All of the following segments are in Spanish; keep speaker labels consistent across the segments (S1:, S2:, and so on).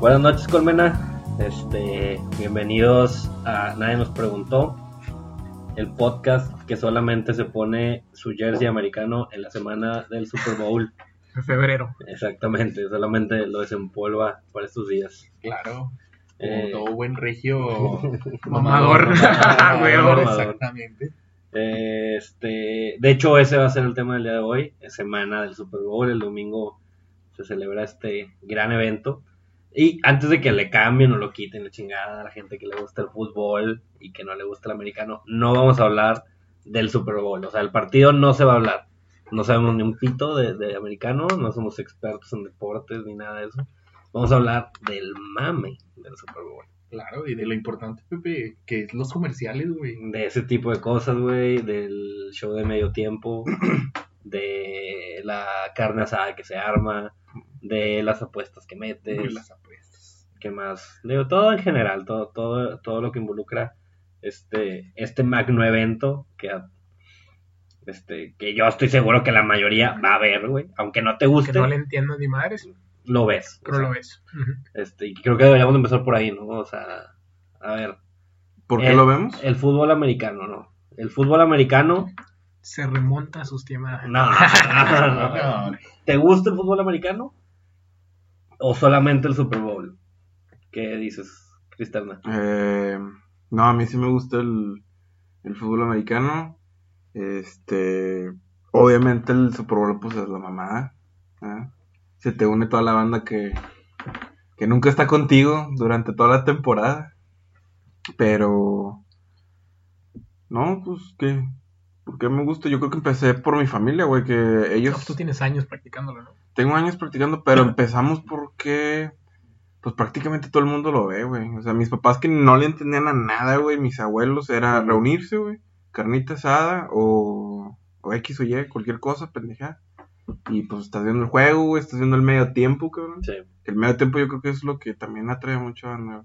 S1: Buenas noches, Colmena. Este, bienvenidos a Nadie nos preguntó, el podcast que solamente se pone su jersey americano en la semana del Super Bowl.
S2: En febrero.
S1: Exactamente, solamente lo desempolva por estos días.
S3: Claro. Como
S1: Eh,
S3: todo buen regio
S2: Mamador.
S3: mamador,
S1: Huevo.
S3: exactamente.
S1: Eh, Este, de hecho, ese va a ser el tema del día de hoy, es semana del Super Bowl, el domingo se celebra este gran evento. Y antes de que le cambien o lo quiten la chingada a la gente que le gusta el fútbol y que no le gusta el americano, no vamos a hablar del Super Bowl. O sea, el partido no se va a hablar. No sabemos ni un pito de, de americano, no somos expertos en deportes ni nada de eso. Vamos a hablar del mame del Super Bowl.
S3: Claro, y de lo importante, Pepe, que es los comerciales, güey.
S1: de ese tipo de cosas, güey, del show de medio tiempo, de la carne asada que se arma, de las apuestas que
S3: Y
S1: metes,
S3: las apuestas.
S1: que más, digo, todo en general, todo, todo, todo lo que involucra este, este magno evento que, a- este, que yo estoy seguro que la mayoría va a ver, güey, aunque no te
S2: Que
S1: guste,
S2: no le entiendo ni madres,
S1: lo ves.
S2: pero
S1: O sea,
S2: lo ves. Ujú.
S1: Este, y creo que deberíamos empezar por ahí, ¿no? O sea, a ver,
S4: ¿Por qué
S1: Eh,
S4: lo vemos?
S1: el fútbol americano, ¿no? El fútbol americano
S2: Se remonta a sus temas.
S1: No, no, no.
S3: No, no,
S1: ¿Te gusta el fútbol americano? ¿O solamente el Super Bowl? ¿Qué dices, Cristalna?
S4: Eh, no, a mí sí me gusta el, el fútbol americano. Este, obviamente el Super Bowl pues es la mamada. ¿ah? Se te une toda la banda que, que nunca está contigo durante toda la temporada. Pero, no, pues que, ¿por qué me gusta? Yo creo que empecé por mi familia, güey, que ellos...
S2: Tú tienes años practicándolo, ¿no?
S4: Tengo años practicando, pero empezamos porque pues prácticamente todo el mundo lo ve, güey. O sea, mis papás que no le entendían a nada, güey, mis abuelos era reunirse, güey, carnita asada o, o X o Y, cualquier cosa, pendeja. Y pues estás viendo el juego, güey, estás viendo el medio tiempo, cabrón.
S1: Sí.
S4: El medio tiempo yo creo que es lo que también atrae mucho a la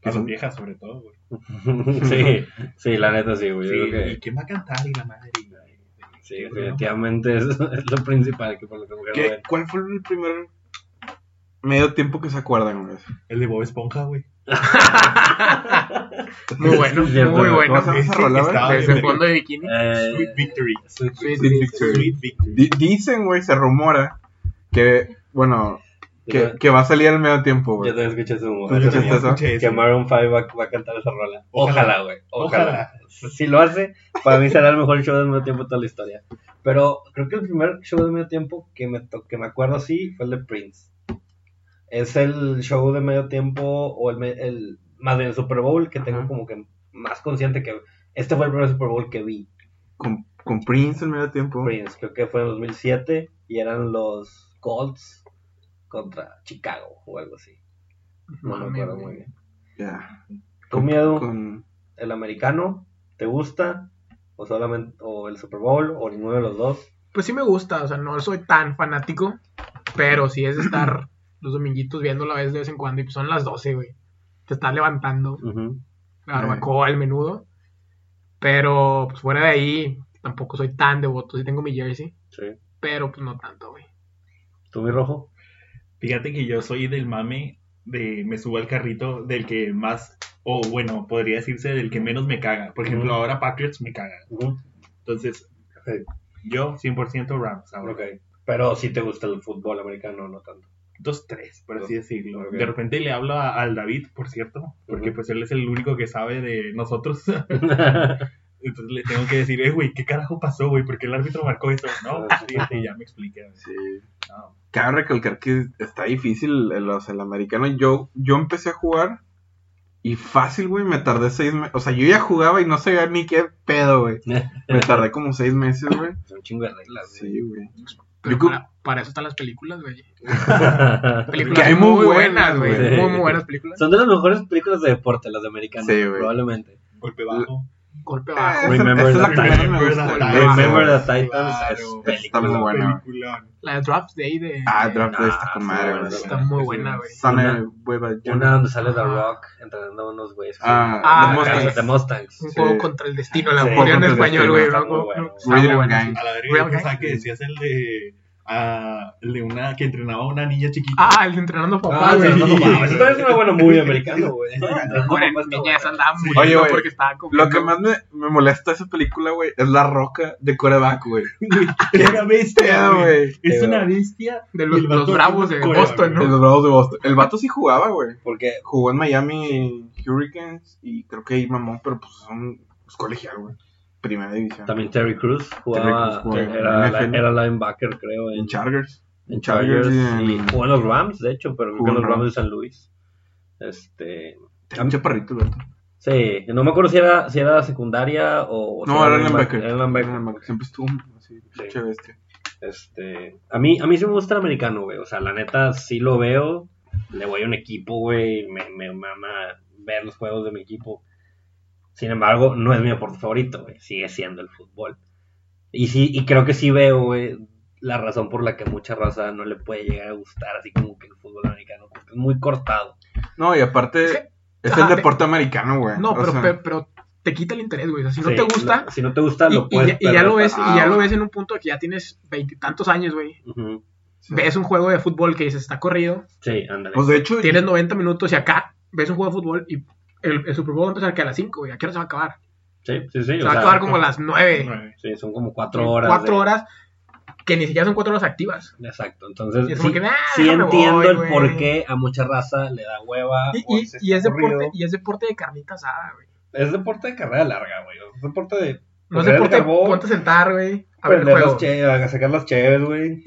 S3: Que son viejas, sobre todo, güey.
S1: sí, sí, la neta sí, güey.
S3: Sí,
S1: Pues Yo creo que-
S3: ¿Y quién va a cantar? Y la madre. y la-
S1: sí, definitivamente es, es lo principal que por lo que mujer
S4: ¿Qué-
S1: lo ven.
S4: ¿Cuál fue el primer medio tiempo que se acuerdan, güey?
S3: El de Bob Esponja, güey.
S2: Muy bueno,
S1: Sí, cierto,
S2: muy
S1: güey.
S2: bueno.
S4: ¿Cómo se llama esa
S3: sí,
S4: rola, güey?
S3: estaba-
S2: Desde el fondo de bikini.
S1: Eh,
S3: Sweet Victory. Sweet,
S2: Sweet
S4: Victory.
S3: Victory.
S4: Di- Dicen, güey, se rumora que, bueno,
S1: yo,
S4: que, que va a salir al medio tiempo,
S1: yo
S4: güey.
S1: también escuché ese humor.
S4: ¿Tú escuchaste
S3: Yo
S4: eso?
S3: escuché
S1: Que
S3: eso.
S1: Maroon 5 va, va a cantar esa rola. Ojalá,
S3: Ojalá.
S1: güey. Ojalá.
S3: Ojalá.
S1: Pues, Si lo hace, para mí será el mejor show del medio tiempo de toda la historia. Pero creo que el primer show del medio tiempo que me, to- que me acuerdo así fue el de Prince. Es el show de medio tiempo, o el, me- el- más bien el Super Bowl, que tengo
S4: Ajá.
S1: como que más consciente que este fue el primer Super Bowl que vi.
S4: con, con Prince en medio tiempo.
S1: Prince, creo que fue en 2007 y eran los Colts contra Chicago o algo así. No me
S2: Mami,
S1: acuerdo
S2: güey.
S1: muy bien.
S4: Ya.
S1: ¿Tu miedo?
S4: Ah, Con-
S1: el americano te gusta o solamente o el Super Bowl o ninguno de los dos
S2: Pues sí me gusta, o sea, no soy tan fanático, pero sí es estar los dominguitos viéndolo a veces de vez en cuando y pues son las 12, güey. Te estás levantando, la
S4: Ajá.
S2: barbacoa, el menudo. Pero pues fuera de ahí, tampoco soy tan devoto. Sí tengo mi jersey,
S1: sí
S2: pero pues no tanto, güey.
S1: tú mi rojo
S3: Fíjate que yo soy del mame de me subo al carrito del que más, o bueno, podría decirse del que menos me caga. Por ejemplo,
S1: Ujú.
S3: ahora Patriots me caga. Entonces,
S1: Sí.
S3: yo 100% Rams ahora.
S1: ok pero si te gusta el fútbol americano no tanto
S3: Dos, tres, por así decirlo.
S1: Ok.
S3: De repente le hablo a- al David, por cierto, porque
S1: Ujú.
S3: pues él es el único que sabe de nosotros. Entonces le tengo que decir, eh, güey, ¿qué carajo pasó, güey? ¿Por qué el árbitro marcó eso? No,
S1: Ah, sí.
S3: fíjate, ya me expliqué.
S4: sí.
S3: No,
S4: Cabe recalcar que está difícil el, o sea, el americano. Yo, yo empecé a jugar y fácil, güey, me tardé seis meses. O sea, yo ya jugaba y no sabía ni qué pedo, güey. Me tardé como seis meses, güey.
S1: un chingo de reglas güey.
S4: Sí, güey.
S2: Pero
S4: Yo creo-
S2: para, para eso están las películas, güey.
S4: Que
S2: Películas
S4: hay muy
S2: muy
S4: buenas,
S2: buenas, güey.
S1: güey.
S2: Muy, muy buenas películas.
S1: son de las mejores películas de deporte las de americanos
S4: Sí, güey.
S1: probablemente
S3: golpe bajo.
S2: Golpe
S4: Ah,
S2: bajo.
S4: esa-
S1: Remember
S4: esa es la
S1: the
S4: primera que
S1: Titans.
S4: me gusta.
S2: Remember
S4: Esa,
S1: Remember
S4: güey.
S1: the Titans
S3: Claro.
S1: es
S4: Está muy
S1: película
S4: buena.
S3: Peliculón.
S2: La de Draft Day de...
S4: Ah,
S2: de-
S4: draft de esta
S1: Ah,
S4: comadre,
S1: sí,
S4: güey.
S1: sí.
S2: Está muy buena, güey.
S4: Sana
S1: Una-
S4: de hueva, yo-
S1: una donde sale The
S2: Ah.
S1: Rock entrenando a unos güeyes que
S4: Ah,
S2: Ah,
S4: The
S1: son-
S4: Mustangs.
S2: claro.
S1: The Mustangs
S2: Un
S4: Sí.
S2: juego contra el destino, la
S1: Sí.
S2: pusieron en
S4: Juego contra el
S2: español, güey.
S1: destino.
S2: ¿no?
S1: Está muy bueno.
S2: Está muy
S4: Rhythm
S2: bueno.
S4: Gang.
S3: A la verga,
S2: Real
S3: yo pensaba
S2: Gang.
S3: que decías el de a- el de una que entrenaba a una niña chiquita.
S2: Ah, el de entrenando papá,
S3: Ah,
S2: güey.
S3: sí.
S1: No, no mames, eso también es una buena movie americano, güey.
S2: Pobre niña, esa andaba muriendo
S4: Oye, güey,
S2: porque estaba como.
S4: Lo que más me, me molesta de esa película, güey, es la roca de coreback, güey.
S3: Era una bestia,
S4: Pedo,
S3: güey.
S4: güey.
S3: Es
S1: Sí,
S3: una
S1: güey.
S3: bestia.
S2: De los,
S3: Y el
S2: los
S3: vato
S2: bravos de
S3: haciendo corea,
S2: Boston,
S4: De
S2: ¿no?
S4: los Bravos de Boston. El vato sí jugaba, güey.
S1: Porque
S4: Jugó en Miami Hurricanes y creo que ahí mamón, pero pues son es colegial, güey. Primera división.
S1: también Terry Crews
S4: Terry
S1: jugaba,
S4: Crews jugaba
S1: era,
S4: en NFL.
S1: era linebacker, creo, en,
S4: En Chargers.
S1: en Chargers.
S4: y
S1: Y
S4: en-
S1: jugó en los Rams, de hecho, pero creo que
S4: Jugó
S1: en
S4: en
S1: los Rams de
S4: Rams.
S1: San Luis. Este,
S4: Era Un chaparrito, el vato.
S1: Sí, no me acuerdo si era, si era secundaria o... o si
S4: No, era
S1: linebacker,
S4: linebacker.
S1: Era linebacker.
S4: Era linebacker. Siempre estuvo así, pinche bestia.
S1: Este, a mí, a mí sí me gusta el americano, güey. O sea, la neta, sí lo veo. Le voy a un equipo, güey. Me, me mama ver los juegos de mi equipo. Sin embargo, no es mi deporte favorito, güey. Sigue siendo el fútbol. Y sí, y creo que sí veo, güey, la razón por la que mucha raza no le puede llegar a gustar, así como que el fútbol americano, porque es muy cortado.
S4: No, y
S2: Es
S4: aparte,
S2: que-
S4: es
S2: ajá,
S4: el
S2: de-
S4: deporte americano, güey.
S2: No,
S4: O
S2: pero,
S4: sea,
S2: pe- pero te quita el interés, güey. O sea, si no
S1: Sí,
S2: te gusta,
S1: no, si no te gusta,
S2: y-
S1: lo
S2: y,
S1: puedes
S2: ya, y ya
S1: perder
S2: lo ves,
S1: fácil.
S2: y ya
S4: Ah,
S2: lo
S4: güey.
S2: ves en un punto que ya tienes veintitantos años, güey.
S1: Ujú.
S4: sí.
S2: Ves un juego de fútbol que dices, está corrido.
S1: Sí, ándale.
S4: Pues de hecho,
S2: Tienes 90 minutos y acá ves un juego de fútbol y el, el Super Bowl va a empezar que a las 5, güey. ¿A qué hora se va a acabar?
S1: Sí, sí, sí.
S2: Se
S1: o
S2: va a
S1: sea,
S2: acabar como a las 9.
S3: Güey.
S1: Sí, son como cuatro horas.
S2: 4
S1: de-
S2: horas que ni siquiera son 4 horas activas.
S1: Exacto, entonces
S2: Y es
S1: sí,
S2: como que, "Ah,
S1: sí
S2: déjame
S1: entiendo
S2: voy,
S1: el
S2: güey".
S1: por qué a mucha raza le da hueva.
S2: Y,
S1: o
S2: y-
S1: se
S2: y es
S1: Ah, pues, está aburrido.
S2: deporte, y es deporte de carnita asada, güey.
S1: Es deporte de carrera larga, güey. Es deporte de
S2: No es
S4: Pues
S1: Correr el
S2: deporte,
S1: carbón.
S2: ponte a sentar, güey. A ver el
S1: prender las
S2: juego.
S1: che- a sacar las cheves, güey.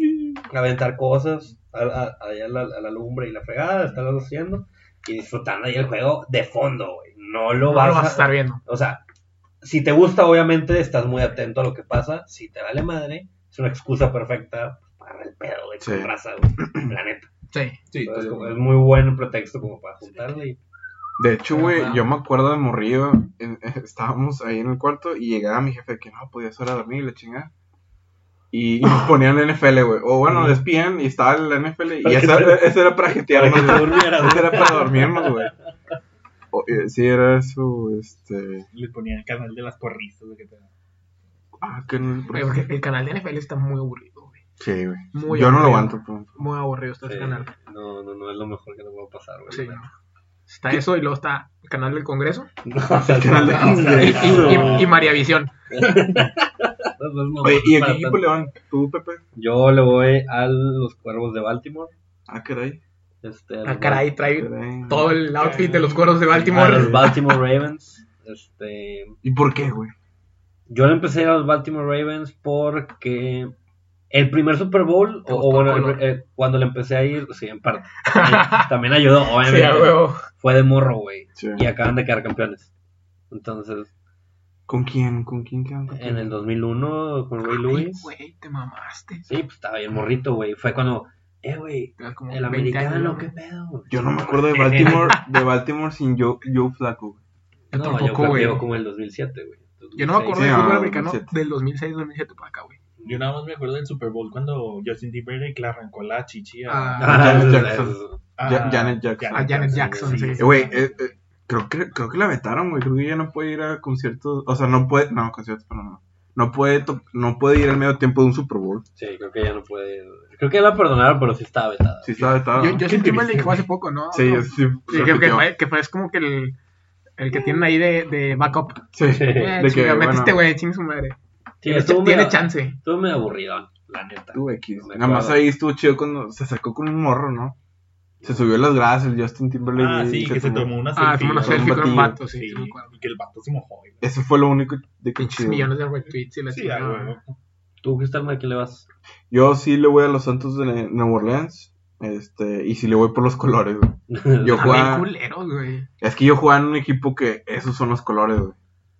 S1: Aventar cosas a, a- allá a la, a la lumbre y la fregada, estarlas haciendo. Y disfrutando ahí el juego de fondo, güey. No lo
S2: No
S1: vas,
S2: lo vas a
S1: a
S2: estar viendo.
S1: O sea, si te gusta, obviamente, estás muy atento a lo que pasa. Si te vale madre, es una excusa perfecta para el pedo, güey, con
S4: Sí.
S1: raza, güey. La neta.
S2: Sí.
S3: Sí,
S1: Entonces,
S3: todo
S1: como
S3: bien.
S1: es muy buen pretexto como para juntarlo y
S4: de hecho, güey,
S2: Ajá.
S4: yo me acuerdo de morrillo. en- estábamos ahí en el cuarto y llegaba mi jefe que no podías ahora dormir y la chingada. Y, y nos ponían NFL, güey. O bueno, despían y estaba la NFL. Y
S1: Para que
S4: esa,
S1: te-
S4: esa era para
S1: para que
S4: jetearnos,
S1: te
S4: güey.
S1: durmieras.
S4: Esa era para dormirnos, güey. O- eh, Sí, era su, este...
S3: Le ponía el canal de las porristas. güey, que te-
S4: Ah, que no...
S2: Güey, porque el canal de NFL está muy aburrido, güey.
S4: Sí, güey.
S2: Muy
S4: Yo no lo
S2: aburrido.
S4: aguanto, pues. pero...
S2: Muy aburrido está
S1: Sí,
S2: ese canal.
S1: No, no, no es lo mejor que nos va a pasar, güey.
S2: Sí. Está eso y luego está el canal del Congreso
S1: No, o sea,
S4: El canal de-
S1: no, o sea,
S2: y, y,
S1: no.
S2: y- y María Visión.
S1: No, no es mamón
S4: Oye, ¿y a qué
S1: para
S4: equipo
S1: tanto.
S4: le van? ¿Tú, Pepe?
S1: Yo le voy a los cuervos de Baltimore.
S4: Ah, caray.
S1: Este, a
S2: Ah,
S1: los
S2: caray, trae
S4: caray.
S2: todo el outfit de los cueros de
S1: Bal- A
S2: Baltimore.
S1: los Baltimore Ravens. Este,
S4: ¿Y por qué, güey?
S1: yo le empecé a ir a los Baltimore Ravens porque el primer Super Bowl,
S2: Te
S1: o,
S2: gustó
S1: o bueno,
S2: el
S1: el-
S2: color.
S1: eh, cuando le empecé a ir, sí, en parte. También, también ayudó,
S2: Sí, a
S1: obviamente.
S2: huevo.
S1: fue de morro, güey.
S4: Sí.
S1: Y acaban de quedar campeones. Entonces,
S4: ¿Con quién? ¿Con quién quedan?
S1: en el 2001 con Ray
S2: Ay,
S1: Lewis.
S2: Güey, te mamaste.
S1: Sí, pues estaba bien morrito, güey. Fue cuando, eh, güey,
S2: Te das como
S1: el
S2: 20 años,
S1: americano,
S2: ¿no?
S1: qué pedo.
S4: Yo no me acuerdo de Baltimore, de Baltimore sin Joe, Joe Flaco.
S2: Yo
S1: No, yo
S2: tampoco,
S1: creo que
S2: güey.
S1: llegó como el 2007, güey.
S2: Yo no me acuerdo
S4: Sí,
S2: del
S4: no,
S2: fútbol americano
S4: 2007.
S2: del 2006-2007 para acá, güey.
S3: Yo nada más me acuerdo del Super Bowl cuando Justin Timberlake le arrancó la chichi a,
S2: Ah.
S4: Janet
S1: Janet
S4: Jackson.
S1: Jackson.
S4: Ja- Janet Jackson.
S2: A Janet Jackson, sí.
S4: Eh, güey, eh, eh, creo, que, creo que la vetaron, güey. Creo que ya no puede ir a conciertos. O sea, no puede. No, conciertos, pero no. No puede, to- no puede ir al medio tiempo de un Super Bowl.
S1: Sí, creo que ya no puede. Creo que ya la perdonaron, pero sí estaba vetada.
S4: Sí, está vetado.
S2: Yo,
S4: ¿no?
S2: yo
S3: Qué
S2: sentí mal
S3: triste,
S2: que fue hace poco, ¿no?
S4: Sí,
S2: No.
S4: yo sí.
S2: Sí, que, que fue, que fue- es como que el, el que tienen ahí de, de backup.
S4: Sí,
S2: Eh,
S4: de que.
S2: chinga, metiste,
S4: Bueno,
S2: güey, chingue su madre.
S1: Sí,
S2: Tiene,
S1: estuvo
S2: cha- tiene
S1: medio-
S2: chance.
S1: Estuvo medio aburridón, la neta.
S4: tú, X.
S1: Me
S4: Nada más
S1: acuerdo.
S4: ahí estuvo chido cuando se sacó con un morro, ¿no? Se subió a las gradas el Justin Timberlake.
S3: Ah,
S4: y
S3: sí, que se tomó una
S2: Ah, tomó una
S4: fue un
S2: selfie con un
S4: batillo.
S2: vato, sí.
S3: Sí,
S2: sí me acuerdo.
S3: y que el vato se mojó. güey.
S4: Eso fue lo único de que
S2: Pinches
S4: chido.
S2: millones de retweets y la
S3: Sí,
S2: chingada.
S3: ah, güey.
S1: ¿Tú, Cristal, a quién le vas?
S4: Yo sí le voy a los Santos de Nueva Orleans. Este, y sí le voy por los colores, güey. Yo
S2: Están bien
S4: jugaba-
S2: culeros, güey. Ah,
S4: Es que yo jugaba en un equipo que esos son los colores, güey.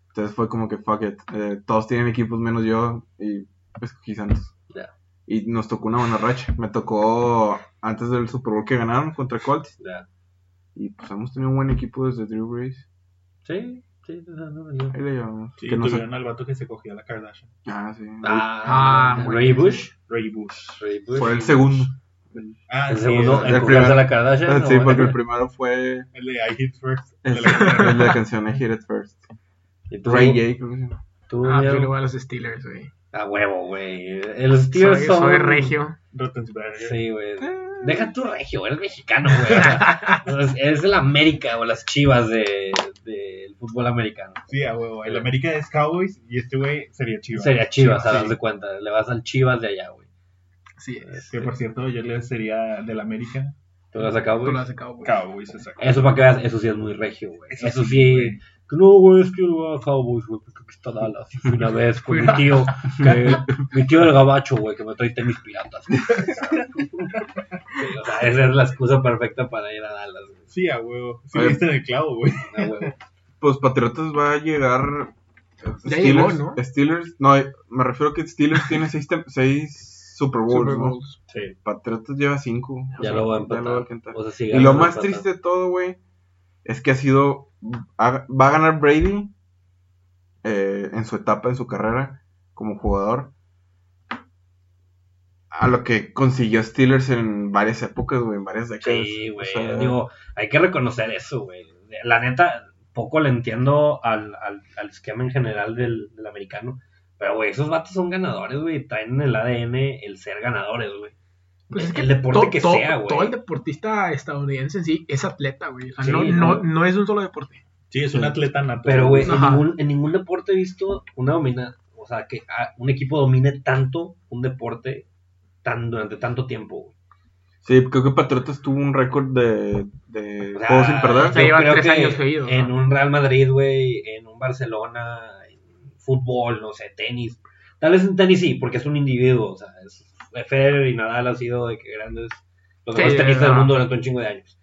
S4: Entonces fue como que, fuck it. eh, todos tienen equipos menos yo y escogí Santos.
S1: Ya.
S4: Y nos tocó una buena racha. Me tocó antes del Super Bowl que ganaron contra Colts.
S1: Ya.
S4: Y pues hemos tenido un buen equipo desde Drew Brees.
S1: Sí, sí, no, no, no.
S4: Ahí le llevamos.
S3: Sí,
S4: Que no sé-
S3: tuvieron al vato que se cogió a la Kardashian.
S4: Ah, sí.
S1: Ah,
S2: Ah,
S1: Ray
S2: güey.
S1: Bush.
S3: Ray Bush.
S1: Ray Bush.
S4: Fue el segundo.
S3: Ah,
S1: El
S3: sí,
S1: segundo,
S4: el
S1: el,
S4: primero.
S1: de la Kardashian.
S4: Sí,
S1: ¿no?
S4: porque el primero fue
S3: El de I Hit First.
S4: el,
S3: de la-
S4: el de la canción I Hit It First.
S1: ¿Y tú,
S4: Ray J, creo que se llama.
S1: tú,
S2: Ah,
S1: Diego?
S2: yo le voy a los Steelers, güey.
S1: A huevo, güey. Los
S2: Soy,
S1: Steelers son.
S2: soy regio. Ah.
S3: Rottenberg.
S1: Sí, güey. Deja tu regio, eres mexicano, güey. Es- Eres el América o las chivas de- del fútbol americano.
S3: Sí, a huevo. El América es Cowboys y este güey sería Chivas.
S1: Sería chivas, a
S3: Sí.
S1: haz de cuenta. Le vas al chivas de allá, güey.
S2: Así es.
S3: Que por cierto, yo le sería del América.
S1: Tú lo has sacado,
S2: Tú
S1: güey.
S2: lo has sacado, güey.
S3: Cowboys, exacto.
S1: Eso para que veas, eso sí es muy regio, güey.
S3: Eso
S1: Eso,
S3: sí,
S1: sí.
S3: güey.
S1: No, güey, es que yo voy a Cowboys, güey, porque aquí está Dallas. Y fui una vez con mi tío, que, mi tío el gabacho, güey, que me trae tenis piratas. güey. Sí, o sea, esa es la excusa perfecta para ir a Dallas, güey.
S3: Sí, a huevo. Sí,
S4: A ver.
S3: viste en el clavo, güey.
S1: A huevo.
S4: Pues Patriotas va a llegar. eh,
S2: Ya
S4: Steelers,
S2: llegó, ¿no?
S4: Steelers, no, eh, me refiero a que Steelers tiene seis, tem- seis Super Bowls,
S2: Super
S4: ¿no?
S2: Bowls.
S1: Sí,
S4: Patriotas lleva cinco. O
S1: ya
S4: sea,
S1: lo voy a
S4: ya lo va a
S1: empatar.
S4: alcanzar.
S1: O sea, sí,
S4: Y
S1: ganas,
S4: lo
S1: lo
S4: más
S1: empatan.
S4: triste de todo, güey, es que ha sido. ha- va a ganar Brady eh, en su etapa, en su carrera como jugador. A lo que consiguió Steelers en varias épocas, güey, en varias décadas.
S1: Sí,
S4: O
S1: güey.
S4: sea,
S1: Digo, hay que reconocer eso, güey. La neta, poco le entiendo al, al, al esquema en general del, del americano. Pero, güey, esos vatos son ganadores, güey. Traen en el ADN el ser ganadores, güey.
S2: Pues es que
S1: el deporte
S2: to-
S1: que
S2: to-
S1: sea, güey.
S2: Todo el deportista estadounidense en sí es atleta, güey. O sea,
S1: Sí,
S2: no,
S1: no.
S2: no. no es un solo deporte.
S3: Sí, es un atleta nato.
S1: Pero, güey, en
S2: Ajá.
S1: ningún, en ningún deporte he visto una domina. O sea, que ah, un equipo domine tanto un deporte tan, durante tanto tiempo, güey.
S4: sí, creo que Patriotas tuvo un récord de, de
S1: O sea,
S4: juegos sin perder.
S1: yo
S2: sea, llevan
S1: creo
S2: tres
S1: que
S2: años seguidos,
S1: En
S2: ¿no?
S1: un Real Madrid, güey, en un Barcelona, en fútbol, no sé, tenis. Tal vez en tenis sí, porque es un individuo, o sea, es, Federer y Nadal han sido de que grandes, los
S2: Sí,
S1: mejores tenistas del
S2: ajá.
S1: mundo durante un chingo de años.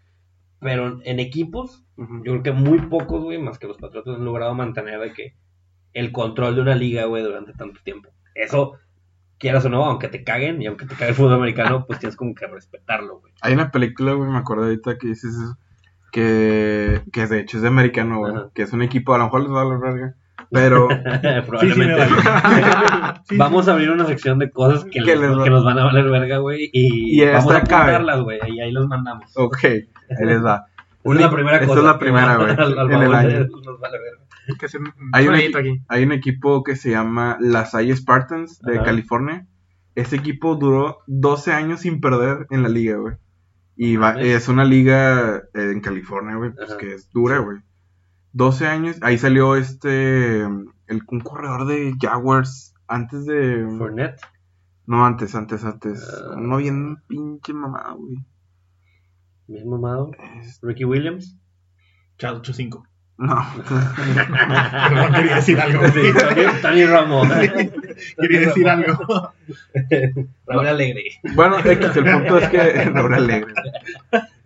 S1: Pero en equipos,
S4: Ujú.
S1: yo creo que muy pocos, güey, más que los Patriotas han logrado mantener de que el control de una liga, güey, durante tanto tiempo. Eso, quieras o no, aunque te caguen y aunque te cague el fútbol americano, pues tienes como que respetarlo, güey.
S4: Hay una película, güey, me acuerdo ahorita que dices eso. Que, que de hecho es de americano, güey.
S1: Ajá.
S4: Que es un equipo, a lo mejor les va a la verga. Pero
S3: Sí, sí, me
S1: Probablemente.
S3: vale. Sí,
S1: vamos a abrir una sección de cosas que,
S4: Que
S1: les-
S4: les va-
S1: que nos van a valer verga, güey. Y,
S4: Y esta
S1: vamos a
S4: cabe.
S1: apuntarlas, güey. Y ahí los mandamos.
S4: Ok, ahí les va.
S1: Esta es la primera
S4: esta
S1: cosa.
S4: es la
S1: que
S4: primera,
S1: va
S4: güey.
S1: al- al
S4: en el
S1: baúl de-
S4: año.
S1: nos vale verga.
S2: Que es un
S4: Hay un
S2: sonidito aquí.
S4: Hay un equipo que se llama Las Salle Spartans de
S1: Ajá.
S4: California. Ese equipo duró 12 años sin perder en la liga, güey. Y va-
S1: Mames.
S4: es una liga eh, en California, güey, pues
S1: Ajá.
S4: que es dura, güey. 12 años, ahí salió este, el, un corredor de Jaguars antes de...
S1: Fournette.
S4: No, antes, antes, antes.
S1: Ah.
S4: No bien pinche mamá, güey.
S1: Bien mamado.
S4: Es-
S1: Ricky Williams.
S3: Chad 85.
S4: No.
S3: Perdón, quería decir algo.
S1: Sí, Tony, Tony Romo.
S3: Quería decir algo.
S1: Raúl Alegre.
S4: bueno, X, el punto es que... Raúl Alegre.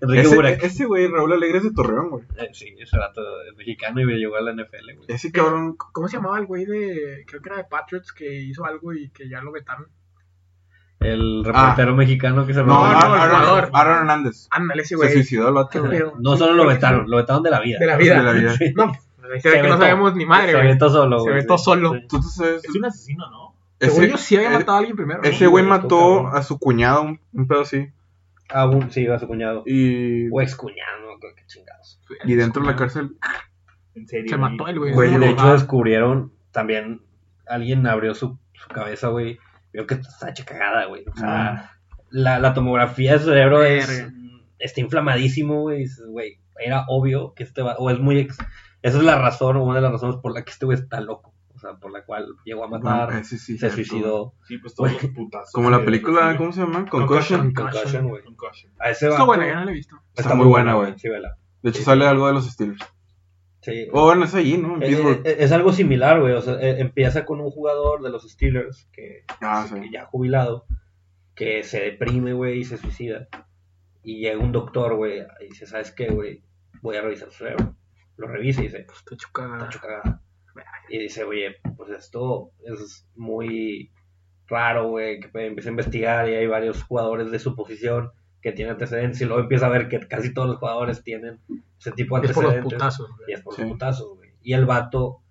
S1: Enrique Burak.
S4: Ese, ese güey, Raúl Alegre es de Torreón, güey.
S1: Eh, Sí, ese rato es mexicano y llegó a la NFL, güey.
S4: Ese cabrón.
S2: ¿Cómo se llamaba el güey de. Creo que era de Patriots que hizo algo y que ya lo vetaron?
S1: El reportero mexicano que se
S4: No,
S1: robó.
S2: no,
S4: Aaron,
S2: el jugador.
S4: Aaron Hernández.
S2: Ándale, ese
S4: Se
S2: güey.
S4: suicidó el vato,
S2: Qué
S4: güey.
S2: pedo.
S1: No solo lo vetaron, lo vetaron de la vida.
S2: De la
S4: De la
S2: vida.
S4: vida.
S2: No, ahí se
S1: Se
S2: ve que no
S1: vetó.
S2: sabemos ni madre,
S1: se
S2: güey.
S1: vetó solo,
S2: Se
S1: güey.
S2: vetó solo.
S1: Sí.
S4: ¿Tú te sabes?
S3: Es un asesino, ¿no?
S2: Según
S4: ese-
S2: yo sí había
S4: eh,
S2: matado a alguien primero. ¿no?
S4: Ese güey
S1: güey,
S4: mató
S1: cabrón.
S4: a su cuñado, un, un pedo así.
S1: Ah, un- sí, a su cuñado.
S4: Y,
S1: O ex cuñado, no creo que chingados.
S4: y dentro de la cárcel.
S3: En serio.
S2: Se mató el güey.
S4: Güey,
S1: Y
S2: Pues No,
S1: de
S2: no,
S1: hecho
S2: no.
S1: descubrieron también, alguien abrió su, su cabeza, güey. Vio que está hecha cagada, güey. O sea, la, la tomografía del cerebro es,
S2: Verga.
S1: está inflamadísimo, güey. Dices, güey, era obvio que este va, o es muy ex- Esa es la razón, o una de las razones por la que este güey está loco. O sea, por la cual llegó a matar,
S4: Bueno, ese sí,
S1: se
S4: cierto.
S1: suicidó.
S3: Sí, pues todos los putazos.
S4: Como la
S3: que-
S4: película, ¿cómo se llama? Concussion.
S1: Concussion, güey.
S3: Concussion.
S1: A ese
S2: Está
S1: vato-
S2: buena, ya no la he visto.
S4: Está muy buena, güey.
S1: Sí, vela.
S4: De hecho, sale algo de los Steelers.
S1: Sí.
S4: O bueno, es allí, ¿no? En
S1: Eh,
S4: Pittsburgh.
S1: eh, es algo similar, güey. O sea, eh, empieza con un jugador de los Steelers que,
S4: Ah,
S1: que
S4: sí.
S1: ya jubilado, que se deprime, güey, y se suicida. Y llega un doctor, güey, y dice, ¿sabes qué, güey? Voy a revisar su cerebro. Lo revisa y dice,
S2: Está chocada.
S1: está chocada. Y dice, oye, pues esto es muy raro, güey, que pues, empieza a investigar y hay varios jugadores de su posición que tienen antecedentes y luego empieza a ver que casi todos los jugadores tienen ese tipo de
S2: Es por los
S1: antecedentes.
S2: putazos, güey.
S1: Y es por
S4: Sí.
S1: los putazos, güey. Y el vato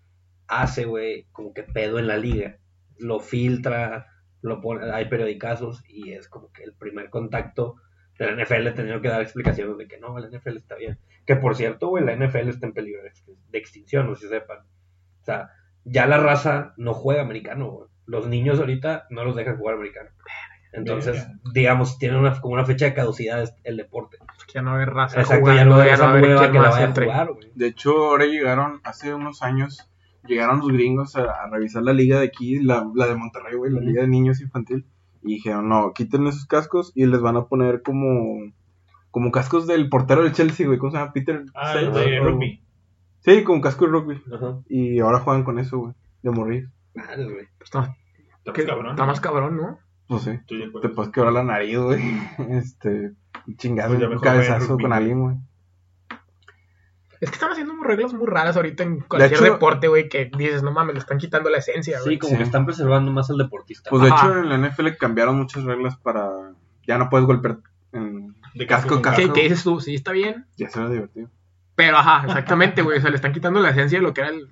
S1: hace, güey, como que pedo en la liga. Lo filtra, lo pone, hay periodicazos y es como que el primer contacto de la NFL teniendo que dar explicaciones de que no, la NFL está bien. Que por cierto, güey, la NFL está en peligro de extin- de extinción, no sé si sepan. O sea, ya la raza no juega americano, güey. Los niños ahorita no los dejan jugar americano. Entonces, digamos, tiene una, como una fecha de caducidad el deporte.
S2: que ya no haber raza.
S1: Exacto,
S2: jugando,
S1: ya no hay esa
S2: va a haber
S1: nueva
S2: quién
S1: que la
S2: más
S1: vaya a
S2: entre.
S1: jugar, güey.
S4: De hecho, ahora llegaron, hace unos años, llegaron los gringos a, a revisar la liga de aquí, la, la de Monterrey, güey, la
S1: Ujú.
S4: liga de niños infantil, y dijeron, no, quiten esos cascos y les van a poner como, como cascos del portero del Chelsea, güey, ¿cómo se llama? Peter.
S3: Ah,
S4: Sech,
S3: de
S4: o-
S3: rugby.
S4: Sí, con casco de rugby.
S1: Ajá.
S4: Y ahora juegan con eso, güey, de morir.
S1: Madre, güey.
S2: Pues está,
S3: Está
S2: que-
S3: más cabrón.
S2: está más cabrón, ¿no?
S4: No sé,
S3: Estoy de acuerdo.
S4: te puedes quebrar la nariz, güey, este, un chingazo,
S3: Pues ya
S4: un
S3: mejor jueguen
S4: cabezazo
S3: rugby,
S4: con
S3: güey.
S4: alguien, güey.
S2: Es que están haciendo reglas muy raras ahorita en cualquier
S4: hecho-
S2: deporte, güey, que dices, no mames, le están quitando la esencia, güey.
S1: Sí, como
S4: Sí.
S1: que están preservando más al deportista.
S4: Pues de
S2: Ajá.
S4: hecho, en la NFL cambiaron muchas reglas para, ya no puedes golpear en...
S3: De
S4: Casco,
S3: casco,
S4: casco.
S3: casco.
S2: ¿Qué, qué dices tú? Sí, está bien.
S4: Ya se era divertido.
S2: Pero ajá, exactamente, güey. O sea, le están quitando la esencia de lo que era el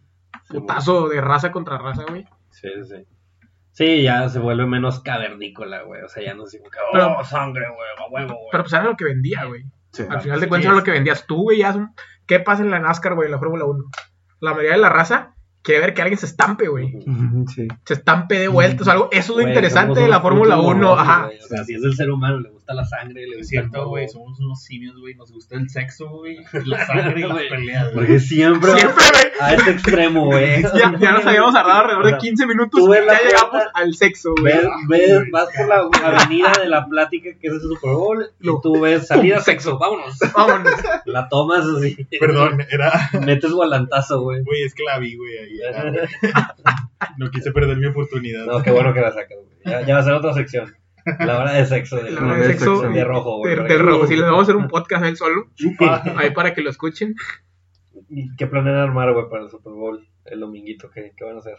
S2: putazo de raza contra raza, güey.
S1: Sí, sí, sí. Sí, ya se vuelve menos cavernícola, güey. O sea, ya no es como que, oh,
S2: Pero-
S1: sangre, güey, a huevo, güey.
S2: Pero pues era lo que vendía, güey.
S4: Sí.
S2: Al
S1: Ah,
S2: final de
S1: sí
S2: cuentas era
S1: es.
S2: lo que vendías tú, güey. ya es un- ¿Qué pasa en la NASCAR, güey, en la Fórmula 1? La mayoría de la raza quiere ver que alguien se estampe, güey.
S1: Ujú.
S4: Sí.
S2: Se estampe de vueltas o algo. Eso es lo
S1: Güey,
S2: interesante
S1: somos
S2: de la
S1: unos
S2: Fórmula
S1: putos
S2: 1,
S1: morbosos,
S2: ajá.
S1: güey. O sea, si es el ser humano, le gusta la sangre, le gusta
S3: Es
S1: el
S3: cierto,
S1: morbo.
S3: güey. Somos unos simios, güey. Nos gusta el sexo, güey. La sangre y las
S1: Güey.
S3: peleas, güey.
S1: Porque siempre,
S2: Siempre, güey.
S1: a este extremo, güey.
S2: Ya, ya nos habíamos tardado alrededor
S1: O
S2: de
S1: sea,
S2: 15 minutos.
S1: tú ves la
S2: Ya llegamos
S1: puerta-
S2: al sexo, güey.
S1: Ves, ves, vas por la avenida de la plática que es el Super Bowl y
S2: Lo-
S1: tú ves salida
S2: Pum,
S1: sexo, vámonos.
S2: Vámonos.
S1: La tomas así.
S3: Perdón, era.
S1: Metes volantazo, güey.
S3: Güey, es que la vi, güey. ahí, era, güey. No quise perder mi oportunidad.
S1: No, qué bueno que la sacas, güey. Ya, ya va a ser otra sección. La hora de sexo. De,
S2: La
S4: hora
S2: de sexo.
S1: de rojo, güey.
S2: Te, te robo. Si les vamos a hacer un podcast a él solo, ahí para que lo escuchen.
S1: ¿Y ¿Qué planean armar, güey, para el Super Bowl? El dominguito, ¿qué, qué van a hacer?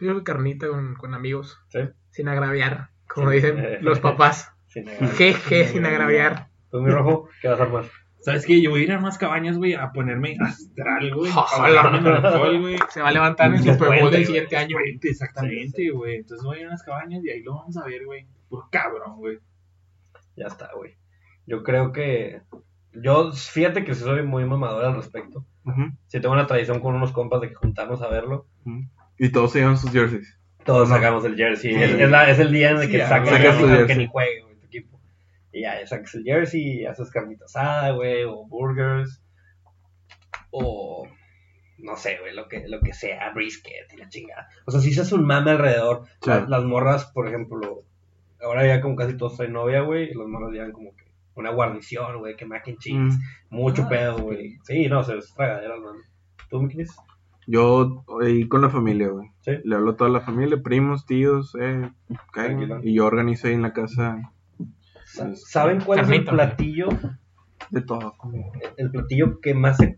S2: Yo creo que carnita con, con amigos,
S1: ¿Sí?
S2: sin agraviar, como
S1: Sí.
S2: dicen los papás.
S1: Sin negar.
S2: Jeje, sin agraviar.
S1: Tú, mi rojo, ¿qué vas a armar?
S3: ¿Sabes qué? Yo voy a ir a unas cabañas, güey, a ponerme astral, güey. A
S2: Ojalá.
S3: bajarme el alcohol, güey.
S2: Ah, Se va a levantar en el
S3: Los
S2: Super Bowl del
S3: puentes, güey,
S2: siguiente
S3: los
S2: año.
S3: puentes,
S1: Sí, sí.
S3: Exactamente, güey. Entonces voy a ir a unas cabañas y ahí lo vamos a ver, güey. Por cabrón, güey.
S1: Ya está, güey. Yo creo que. Yo, fíjate que sí soy muy mamador al respecto.
S4: Ujú.
S1: Si tengo una tradición con unos compas de que juntarnos a verlo,
S4: Y todos se llevan sus jerseys.
S1: todos sacamos el jersey.
S3: Sí.
S1: Es, es la- es el día en el que
S3: Sí,
S1: sacas
S3: sacas
S1: el
S4: tu
S1: jersey, aunque
S4: jersey.
S1: ni juegue, güey, tu equipo. Y ya, ya sacas el jersey, y haces carnita asada, güey, o burgers, o. No sé, güey, lo que, lo que sea, brisket y la chingada. O sea, si se hace un mame alrededor,
S4: Sí.
S1: las, las morras, por ejemplo, ahora ya como casi todos traen novia, güey, y las morras llevan como que una guarnición, güey, que mac and cheese.
S4: Mm.
S1: Mucho
S3: Ah,
S1: pedo, güey. Sí, no, se es tragadera, mano. ¿Tú me quieres?
S4: Yo ahí con la familia, güey.
S1: Sí.
S4: Le hablo a toda la familia, primos, tíos, eh, caigan.
S1: Tranquilo.
S4: Y yo organizo ahí en la casa
S1: Sa- ¿Saben cuál es el
S2: Carnita, güey.
S1: platillo,
S4: de todo.
S1: el platillo que más se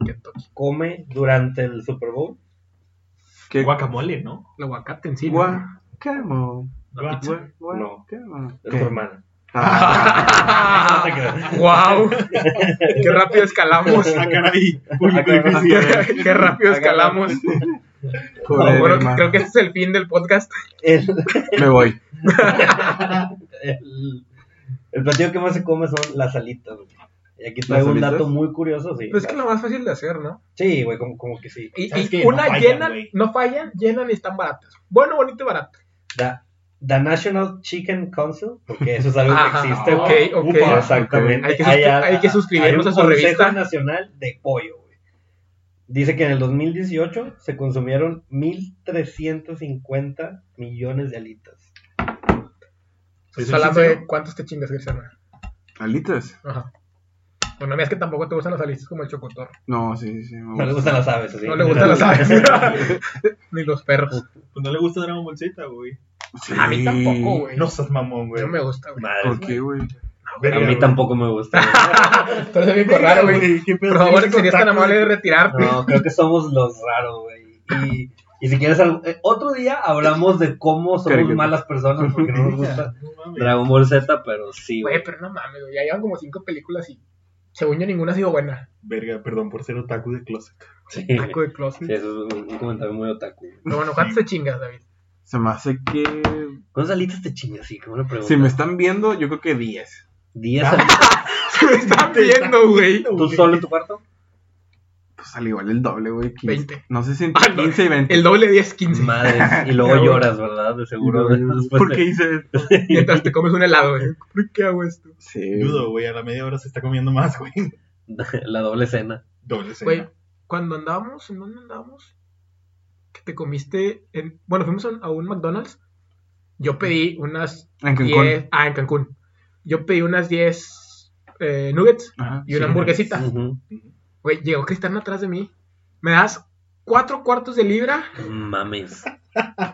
S1: come durante el Super Bowl?
S4: ¿Qué?
S3: Guacamole, ¿no?
S2: El aguacate en sí. ¿no?
S4: Guacamo.
S3: Gua-
S4: Gua-
S1: No.
S4: guacamo.
S1: Es
S4: ¿Qué?
S1: tu hermana.
S4: Ah,
S1: No te creas.
S2: ¡Wow! ¡Qué rápido escalamos!
S3: Ah, caray.
S1: Ah,
S3: Público
S1: caray.
S3: difícil.
S2: ¡Qué rápido escalamos!
S4: joder,
S2: No, bueno,
S4: hermano.
S2: creo que este es el fin del podcast.
S1: El,
S4: Me voy.
S1: el- el platillo que más se come son las alitas, güey. Y aquí traigo un
S4: ¿Las alitas? Pues
S1: dato muy curioso, sí.
S2: Pero es que es lo más fácil de hacer, ¿no?
S1: Sí, güey, como, como que sí.
S2: Y,
S3: ¿Sabes
S2: y
S3: qué? No
S2: una
S3: fallan,
S2: llenan,
S3: güey.
S2: no fallan, llenan y están baratas. Bueno, bonito y barato.
S1: The, the National Chicken Council, porque eso es algo que
S2: Ajá,
S1: existe,
S2: ok,
S1: güey.
S2: ok.
S1: Upa, Exactamente.
S2: Hay que suscri- hay que suscribirnos
S1: hay un
S2: a su
S1: Consejo
S2: revista.
S1: Nacional de Pollo, güey. Dice que en el 2018 se consumieron 1.350 millones de alitas.
S3: Soy
S2: Estás hablando de
S3: sincero.
S2: cuántos te chingas, Cristiano.
S4: ¿Alitas?
S2: Ajá. Bueno, mira, es que tampoco te gustan las alitas como el chocotorro.
S4: No, sí, sí, sí. me
S1: No le
S4: gusta.
S1: gustan las aves, así.
S2: No le gustan las aves. Ni los perros.
S3: Pues no le gusta Dragon Ball Z, güey.
S4: Sí.
S2: A mí tampoco, güey.
S3: No seas mamón, güey.
S2: No me gusta, güey.
S1: Madres,
S4: ¿Por qué, güey?
S1: güey. A mí tampoco me gusta.
S2: Tú eres bien raro, güey. Por favor, serías tan amable de retirarte.
S1: No, creo que somos los raros, güey. Y, y si quieres, algo- eh, otro día hablamos de cómo somos
S4: Caricatura.
S1: malas personas porque no nos gusta Dragon Ball Z, pero sí,
S2: Güey,
S1: güey.
S2: pero no mames, güey. Ya llevan como cinco películas y según yo ninguna ha sido buena.
S3: Verga, perdón por ser otaku de closet.
S1: Sí.
S2: Taco de closet.
S1: Sí, eso es un, un comentario muy otaku. güey.
S2: Pero bueno, ¿cuántas te chingas, David?
S4: Se me hace que.
S1: ¿Cuántas alitas te chingas? Sí, este como una pregunta.
S4: Si me están viendo, yo creo que 10.
S1: 10 alitas.
S2: Se me están viendo, Ah, güey.
S1: ¿Tú solo en tu cuarto?
S4: pues al igual el doble, güey. 15.
S2: 20.
S4: No sé si entre
S2: Ah, no,
S4: 15 y 20.
S2: El doble de 10, 15.
S1: Madres, y luego
S2: Cabrón.
S1: lloras, ¿verdad? De seguro. después
S4: ¿Por
S1: de-
S4: qué hice esto?
S2: Mientras te comes un helado, güey. ¿Por qué hago esto?
S4: Sí.
S3: Dudo, güey, a la media hora se está comiendo más, güey.
S1: La doble cena.
S3: Doble
S2: Güey,
S3: cena.
S2: cuando andábamos, ¿en dónde andábamos? Que te comiste en... Bueno, fuimos a un- a un McDonald's. Yo pedí unas
S4: En Cancún.
S2: 10... Ah, en Cancún. Yo pedí unas 10 eh, nuggets
S4: Ajá,
S2: y una
S3: Sí,
S2: hamburguesita.
S1: Ujú.
S2: Güey, llegó Cristiano atrás de mí. Me das cuatro cuartos de libra.
S1: Mames.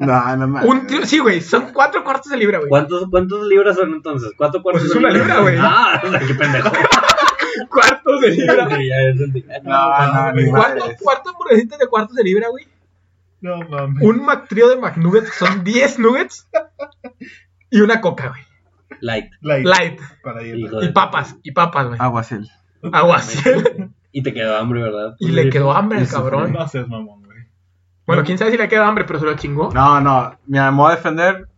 S4: No, no mames.
S2: Un tri- Sí, güey, son cuatro cuartos de libra, güey.
S1: ¿Cuántos, ¿Cuántos libras son entonces? ¿Cuánto cuartos
S2: Pues es
S1: de
S2: una
S1: libra?
S2: libra, güey.
S1: Ah, o sea, qué pendejo.
S2: Cuartos de libra.
S1: Ya entendí.
S4: No, no, ni
S2: Cuatro
S4: madres.
S2: cuartos hamburguesitas de cuartos de libra, güey.
S3: No mames.
S2: Un McTrio de McNuggets, son 10 nuggets. Y una coca, güey.
S1: Light.
S3: Light.
S2: Light.
S3: Para
S1: Hijo
S3: dieta.
S1: de- Ah,
S2: Y papas, y papas, güey.
S4: Aguacel.
S2: Aguaciel.
S1: Y te quedó hambre, ¿verdad?
S2: Y le quedó hambre al
S4: Eso fue.
S2: cabrón.
S3: No seas mamón, güey.
S2: Bueno, quién sabe si le quedó hambre, pero se lo chingó.
S4: No, no. Me llamó a defender.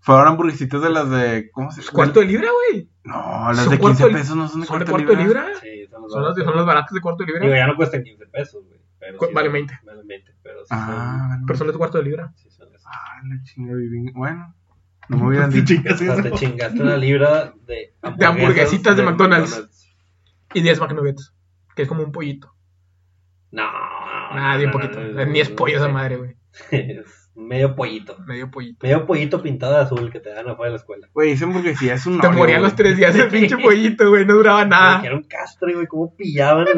S4: Fueron hamburguesitas de las de. ¿Cómo se
S2: Pues, ¿Cuarto de libra, güey?
S4: No, las
S2: Son
S4: de
S2: cuarto
S4: 15
S2: de-
S4: pesos no son de
S2: ¿Son de
S4: cuarto,
S2: cuarto de libra?
S1: Sí, pues, son los
S2: Son las,
S1: baratos.
S2: son las baratas de cuarto de
S1: Digo,
S2: libra,
S1: ya no cuestan 15 pesos, güey. pero
S2: Cu-
S1: sí
S2: vale
S1: son-
S2: 20.
S1: Vale 20, pero sí son-
S4: Ah, bueno.
S2: pero son las de cuarto de libra.
S1: sí son esas.
S4: Ah, la chinga vivinga. Bueno, no me hubieran dicho.
S3: Chicas,
S1: O sea, te
S3: eso.
S1: chingaste una libra de
S2: hamburguesitas de McDonald's. Y 10 McNuggets, que es como un pollito.
S1: No.
S2: Nada,
S1: no,
S2: Ah, bien
S1: Ah, no,
S2: poquito. Eh,
S1: no, no,
S2: Ni es
S1: no,
S2: pollo esa
S1: no,
S2: madre, güey.
S1: es Medio pollito.
S2: Medio pollito.
S1: Medio pollito pintado de azul que te dan afuera de la escuela.
S4: Güey, esa hamburguesía es un
S2: Te
S4: hoyo,
S2: morían
S4: güey.
S2: los tres días el pinche pollito, güey. No duraba
S1: Que
S2: nada.
S1: era un castre, güey. ¿Cómo pillaban? La...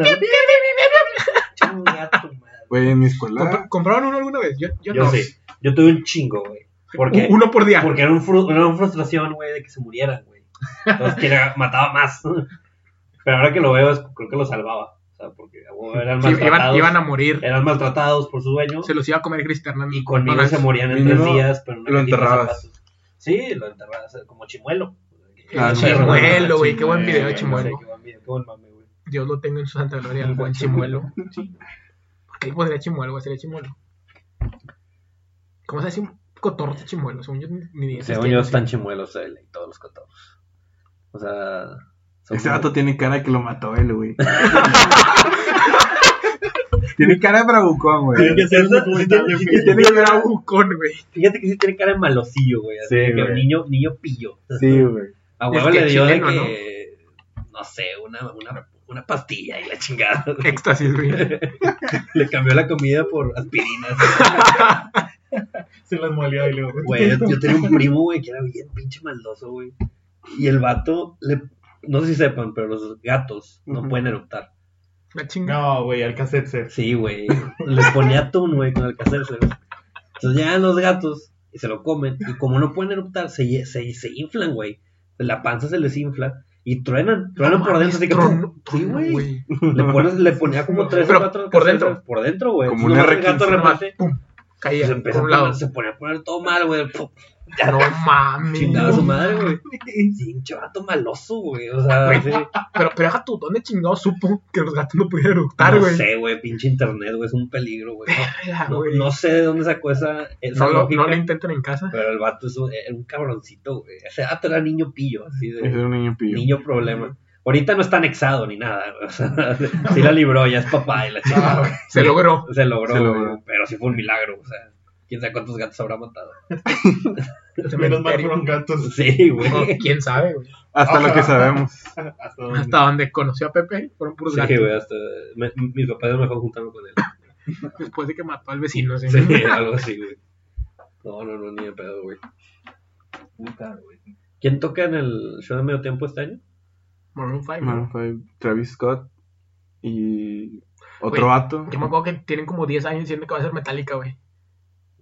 S1: Chinga tu madre.
S4: Güey, en mi escuela.
S2: Compr- ¿Compraron uno alguna vez? Yo, yo
S1: Yo
S2: no.
S1: sí. Yo tuve un chingo, güey. Porque,
S2: U- Uno por día.
S1: porque era, un fru- era una frustración, güey, de que se murieran, güey. Entonces, quien era- mataba más. Pero ahora que lo veo, es- creo que lo salvaba. O sea, porque güey, eran
S2: Sí, iban,
S1: maltratados.
S2: iban a morir.
S1: Eran maltratados por su dueño.
S2: Se los iba a comer Cristiano.
S1: Y conmigo se morían en
S4: mínimo
S1: tres días, pero no
S4: lo enterrabas.
S1: Sí, lo enterrabas eh, como chimuelo.
S4: Ah,
S1: Pero-
S2: Chimuelo, güey. Qué
S3: Chimuelo,
S2: buen video
S1: Sí, Eh,
S2: de
S3: güey,
S2: Chimuelo.
S1: no sé, qué buen video, qué buen mame, güey.
S2: Dios lo tenga en su santa gloria, el buen Chimuelo. ¿Por qué le pondría Chimuelo? güey? Sería Chimuelo. ¿Cómo se hace un cotorro de Chimuelo? Según yo, ni dientes
S1: Según
S2: tiene.
S1: yo, están chimuelos él y todos los cotorros. O sea. son
S4: Ese
S1: como-
S4: vato tiene cara que lo mató él, güey. tiene cara de bravucón,
S3: Tiene
S4: güey.
S3: que ser
S1: Esa-
S3: documental,
S1: sí,
S3: güey.
S2: Tiene que ver a Bucón, güey.
S1: Fíjate que sí tiene cara de malocillo, güey. Así
S4: Sí,
S1: de que
S4: güey.
S1: niño, niño pillo.
S4: Sí, güey.
S1: A
S2: Es
S1: huevo
S2: que
S1: le dio
S2: chileno,
S1: de que. ¿no? sé, una, una, una pastilla y la chingada.
S2: Éxtasis, güey.
S1: le cambió la comida por aspirinas.
S3: Se las molía y luego.
S1: Güey, yo, yo tenía un primo, güey, que era bien pinche maldoso, güey. Y el vato, le, no sé si sepan, pero los gatos no
S4: Ujú.
S1: pueden eruptar.
S2: La chingada.
S3: No, güey, al cassette set.
S1: Sí, güey. Les ponía atún, güey, con el cacerse, güey. Entonces llegan los gatos y se lo comen. Y como no pueden eruptar, se, lle- se, se inflan, güey. La panza se les infla y truenan, truenan por dentro. Así que,
S2: Trono-
S1: sí,
S2: trono,
S1: güey. Le, pones- le ponía como tres
S2: Pero,
S1: o cuatro
S2: por
S1: cacerres
S2: dentro.
S1: Por dentro, güey.
S4: Como
S1: Entonces,
S4: un
S1: nomás el gato
S4: R15.
S1: remate.
S2: Pum. Caía
S1: Se,
S2: por
S1: Pues empezó
S2: un
S1: a
S2: lado.
S1: poner, se ponía a poner todo mal, güey. Pum,
S2: Ya no mames.
S1: Chingada su madre, güey. Pinche vato maloso, güey. O sea,
S2: Güey,
S1: sí.
S2: Pero, pero deja tú, ¿dónde chingado supo que los gatos no pudieran eructar,
S1: no
S2: güey?
S1: sé, güey. Pinche internet, güey. Es un peligro, güey.
S2: Verga,
S1: No,
S2: güey.
S1: no sé Pues de dónde sacó esa, esa
S2: No lo,
S1: lógica.
S2: no lo intenten en casa.
S1: Pero el vato es un, era un cabroncito, güey. Ese vato era niño pillo, así de
S4: Ese es un niño pillo.
S1: niño problema. Ahorita no está anexado ni nada, güey. O sea, sí la libró, ya es papá y
S2: Ah,
S1: la chingada. güey.
S2: Se logró.
S1: Se logró,
S4: Se
S1: güey,
S4: logró.
S1: pero sí fue un milagro, o sea, quién sabe cuántos gatos habrá matado.
S3: Menos mal
S2: Cementerio.
S3: fueron gatos.
S1: Sí,
S2: No,
S1: güey.
S2: ¿Quién sabe, güey?
S4: Hasta lo que sabemos.
S3: Hasta dónde.
S2: Hasta donde conoció a Pepe, fueron puros
S1: Sí,
S2: gatos.
S1: güey, hasta me- mis papás me mejor juntarme con él.
S2: Después de que mató al vecino, sí.
S1: Sí, algo así, güey. No, no, no, ni de pedo, güey.
S3: Puta, güey.
S1: ¿Quién toca en el show de medio tiempo este año?
S2: Maroon five,
S4: Maroon five, Travis Scott y otro
S2: Güey,
S4: vato.
S2: ¿no? Yo me acuerdo que tienen como 10 años diciendo que va a ser Metallica, güey.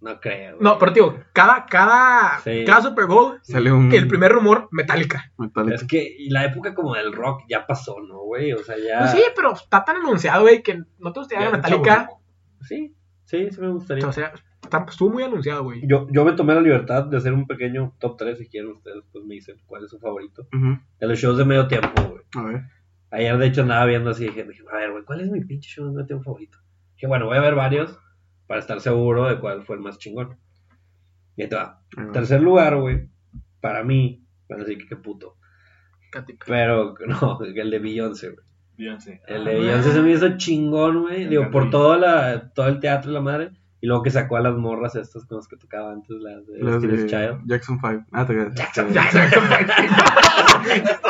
S1: No creo. güey.
S2: No, pero tío, cada, cada,
S1: Sí.
S2: cada Super Bowl,
S4: Sale un
S2: el primer rumor, Metallica.
S4: Metallica.
S1: Es que y la época como del rock ya pasó, ¿no, güey? O sea, ya...
S2: Pues sí, pero está tan anunciado, güey, que no te gustaría
S3: Ya,
S2: ver Metallica.
S3: chavo,
S1: Sí, sí, sí me gustaría.
S2: O sea, está- estuvo muy anunciado, güey.
S1: Yo, yo me tomé la libertad de hacer un pequeño top 3, si quieren ustedes, pues me dicen cuál es su favorito.
S4: Ujú,
S1: De los shows de medio tiempo, güey.
S4: A ver.
S1: Ayer, de hecho, andaba viendo así, dije, dije, a ver, güey, ¿cuál es mi pinche show de medio tiempo favorito? Dije, bueno, voy a ver varios para estar seguro de cuál fue el más chingón. Y ahí te va.
S4: ahí va.
S1: Tercer lugar, güey, para mí, van a decir que qué puto.
S2: Katy Perry.
S1: Pero, no, el de Beyoncé, güey.
S3: güey. Beyoncé.
S1: El de Beyoncé se me hizo chingón, güey.
S3: Me
S1: Digo,
S3: encanta
S1: por
S3: Beyoncé.
S1: todo, la, todo el teatro y la madre. Y luego que sacó a las morras estas con las que tocaba antes, las de
S4: Las
S1: Destiny's
S4: de
S1: Child.
S4: Jackson 5. Ah, te quedas.
S1: Jackson-
S2: Ya, ya, ya.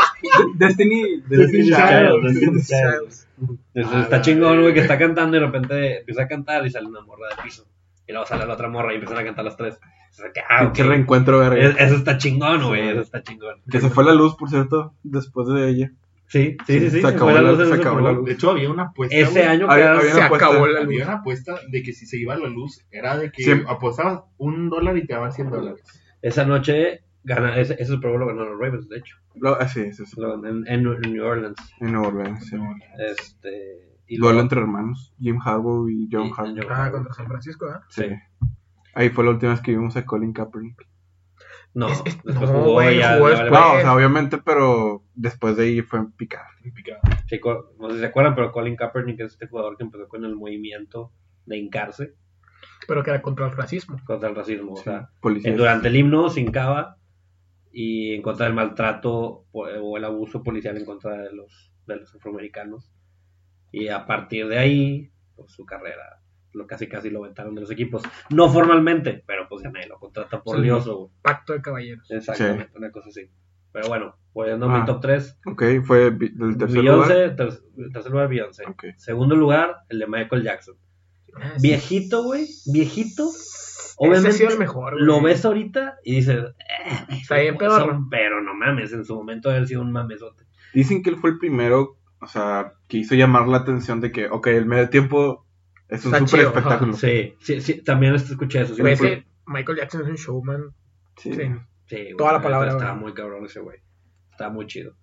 S4: Destiny,
S1: Destiny's
S4: Destiny
S1: Child,
S4: Child.
S1: Destiny's
S4: Child.
S1: Child. Entonces,
S2: Ah,
S1: está
S2: la
S1: chingón,
S2: verga.
S1: güey, que está cantando y de repente empieza a cantar y sale una morra del piso. Y luego sale la otra morra y empiezan a cantar las tres. O sea, que, ah, ok.
S4: Qué reencuentro,
S1: Es-
S4: verga.
S1: Eso está chingón, güey.
S4: Sí.
S1: Eso está chingón.
S4: Que se fue la luz, por cierto, después de ella.
S1: Sí, sí, sí. sí,
S4: se
S1: fue
S4: acabó la-
S1: luz en
S4: se
S1: el
S4: acabó
S1: Super
S4: la
S1: Bowl.
S4: luz.
S3: De hecho, había una apuesta.
S1: Ese
S3: güey.
S1: año
S4: Había-
S1: quedaron-
S4: había-
S2: Se acabó la
S3: Había
S2: luz.
S3: una apuesta de que si se iba la luz, era de que
S4: Sí.
S3: apostabas un dólar y te daban 100 dólares.
S1: Esa noche, gana, ese, ese Super Bowl lo ganaron los Ravens, de hecho.
S4: Lo- ah, sí, sí, sí.
S1: Lo ganaron en, en New Orleans.
S4: En Nueva Orleans, sí.
S1: Este, y
S4: Duelo
S1: luego-
S4: entre hermanos, Jim Harbaugh y John
S1: y-
S4: Harbaugh.
S2: Ah, contra San Francisco, ¿ah?
S4: Sí.
S1: Sí.
S4: Ahí fue la última vez que vimos a Colin Kaepernick.
S1: No,
S2: Es- es-
S1: después
S2: no,
S1: jugó
S2: güey,
S1: y ya.
S2: jugó
S1: le vale
S2: después.
S1: madre.
S4: No, o sea, obviamente, pero después de ahí fue picar.
S3: Picado.
S1: Sí, co- no sé si se acuerdan, pero Colin Kaepernick es este jugador que empezó con el movimiento de hincarse
S2: Pero que era contra el racismo.
S1: contra el racismo. O
S4: Sí,
S1: sea,
S4: policías.
S1: en- durante el himno se hincaba y en contra del maltrato po- o el abuso policial en contra de los, de los afroamericanos. Y a partir de ahí, pues su carrera, lo casi casi lo vetaron de los equipos. No formalmente, pero pues ya nadie lo contrata por
S2: Sí.
S1: lioso. güey.
S2: Pacto de caballeros.
S1: Exactamente, una cosa así. Pero bueno, volviendo a
S4: Ah.
S1: mi top 3,
S4: Ok, fue vi- del tercer lugar.
S1: Beyoncé, ter- tercer lugar Beyoncé.
S4: Ok.
S1: Segundo lugar, el de Michael Jackson.
S2: Ah, sí.
S1: Viejito, güey, viejito.
S2: Ese ha
S1: Obviamente
S2: sido el mejor. güey.
S1: lo ves ahorita y dices,
S2: Está bien,
S1: "Pues, son-
S2: pedorro.
S1: pero no mames, en su momento haber sido un mamesote.
S4: Dicen que él fue el primero, o sea, que hizo llamar la atención de que, ok, el medio tiempo es un
S2: Está
S4: súper
S2: chido,
S4: espectáculo.
S1: Sí, sí, sí, también esto escuché eso. Sí,
S2: Güey,
S1: me acuerdo.
S2: ese Michael Jackson es un showman.
S4: Sí.
S2: Sí.
S1: Sí, güey,
S2: toda la
S1: neta,
S2: palabra,
S1: Estaba
S2: güey.
S1: muy cabrón ese güey. Estaba muy chido.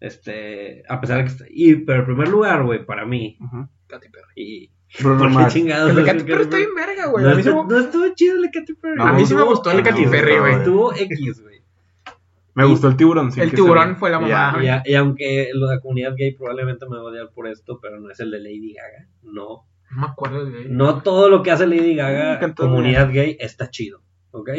S1: Este, a pesar de que está- y pero en primer lugar, güey, para mí
S4: Ajá.
S2: Katy Perry.
S1: y
S4: Bruno
S1: ¿por qué
S4: Mars.
S1: chingados?
S2: El de
S1: Es
S2: Katy
S1: que
S2: Perry
S1: no-
S2: está bien verga, güey.
S1: no,
S2: A mí sí
S1: estuvo,
S2: me-
S1: no estuvo chido el de Katy Perry.
S4: No,
S2: A mí sí me
S1: estuvo-
S2: gustó el de
S4: no,
S2: Katy
S4: no,
S2: Perry,
S4: no,
S2: güey.
S4: no.
S1: Estuvo X, güey.
S4: Me gustó el tiburón. sí,
S2: El
S4: que se-
S2: tiburón fue la
S4: Ya.
S2: mamada.
S1: Y, a- y aunque lo de la comunidad gay probablemente me va a odiar por esto, pero no es el de Lady Gaga. No.
S2: No me acuerdo de él.
S1: No todo lo que hace Lady
S4: Mm,
S1: Gaga,
S4: cantó
S1: comunidad gay, está chido. ¿Ok?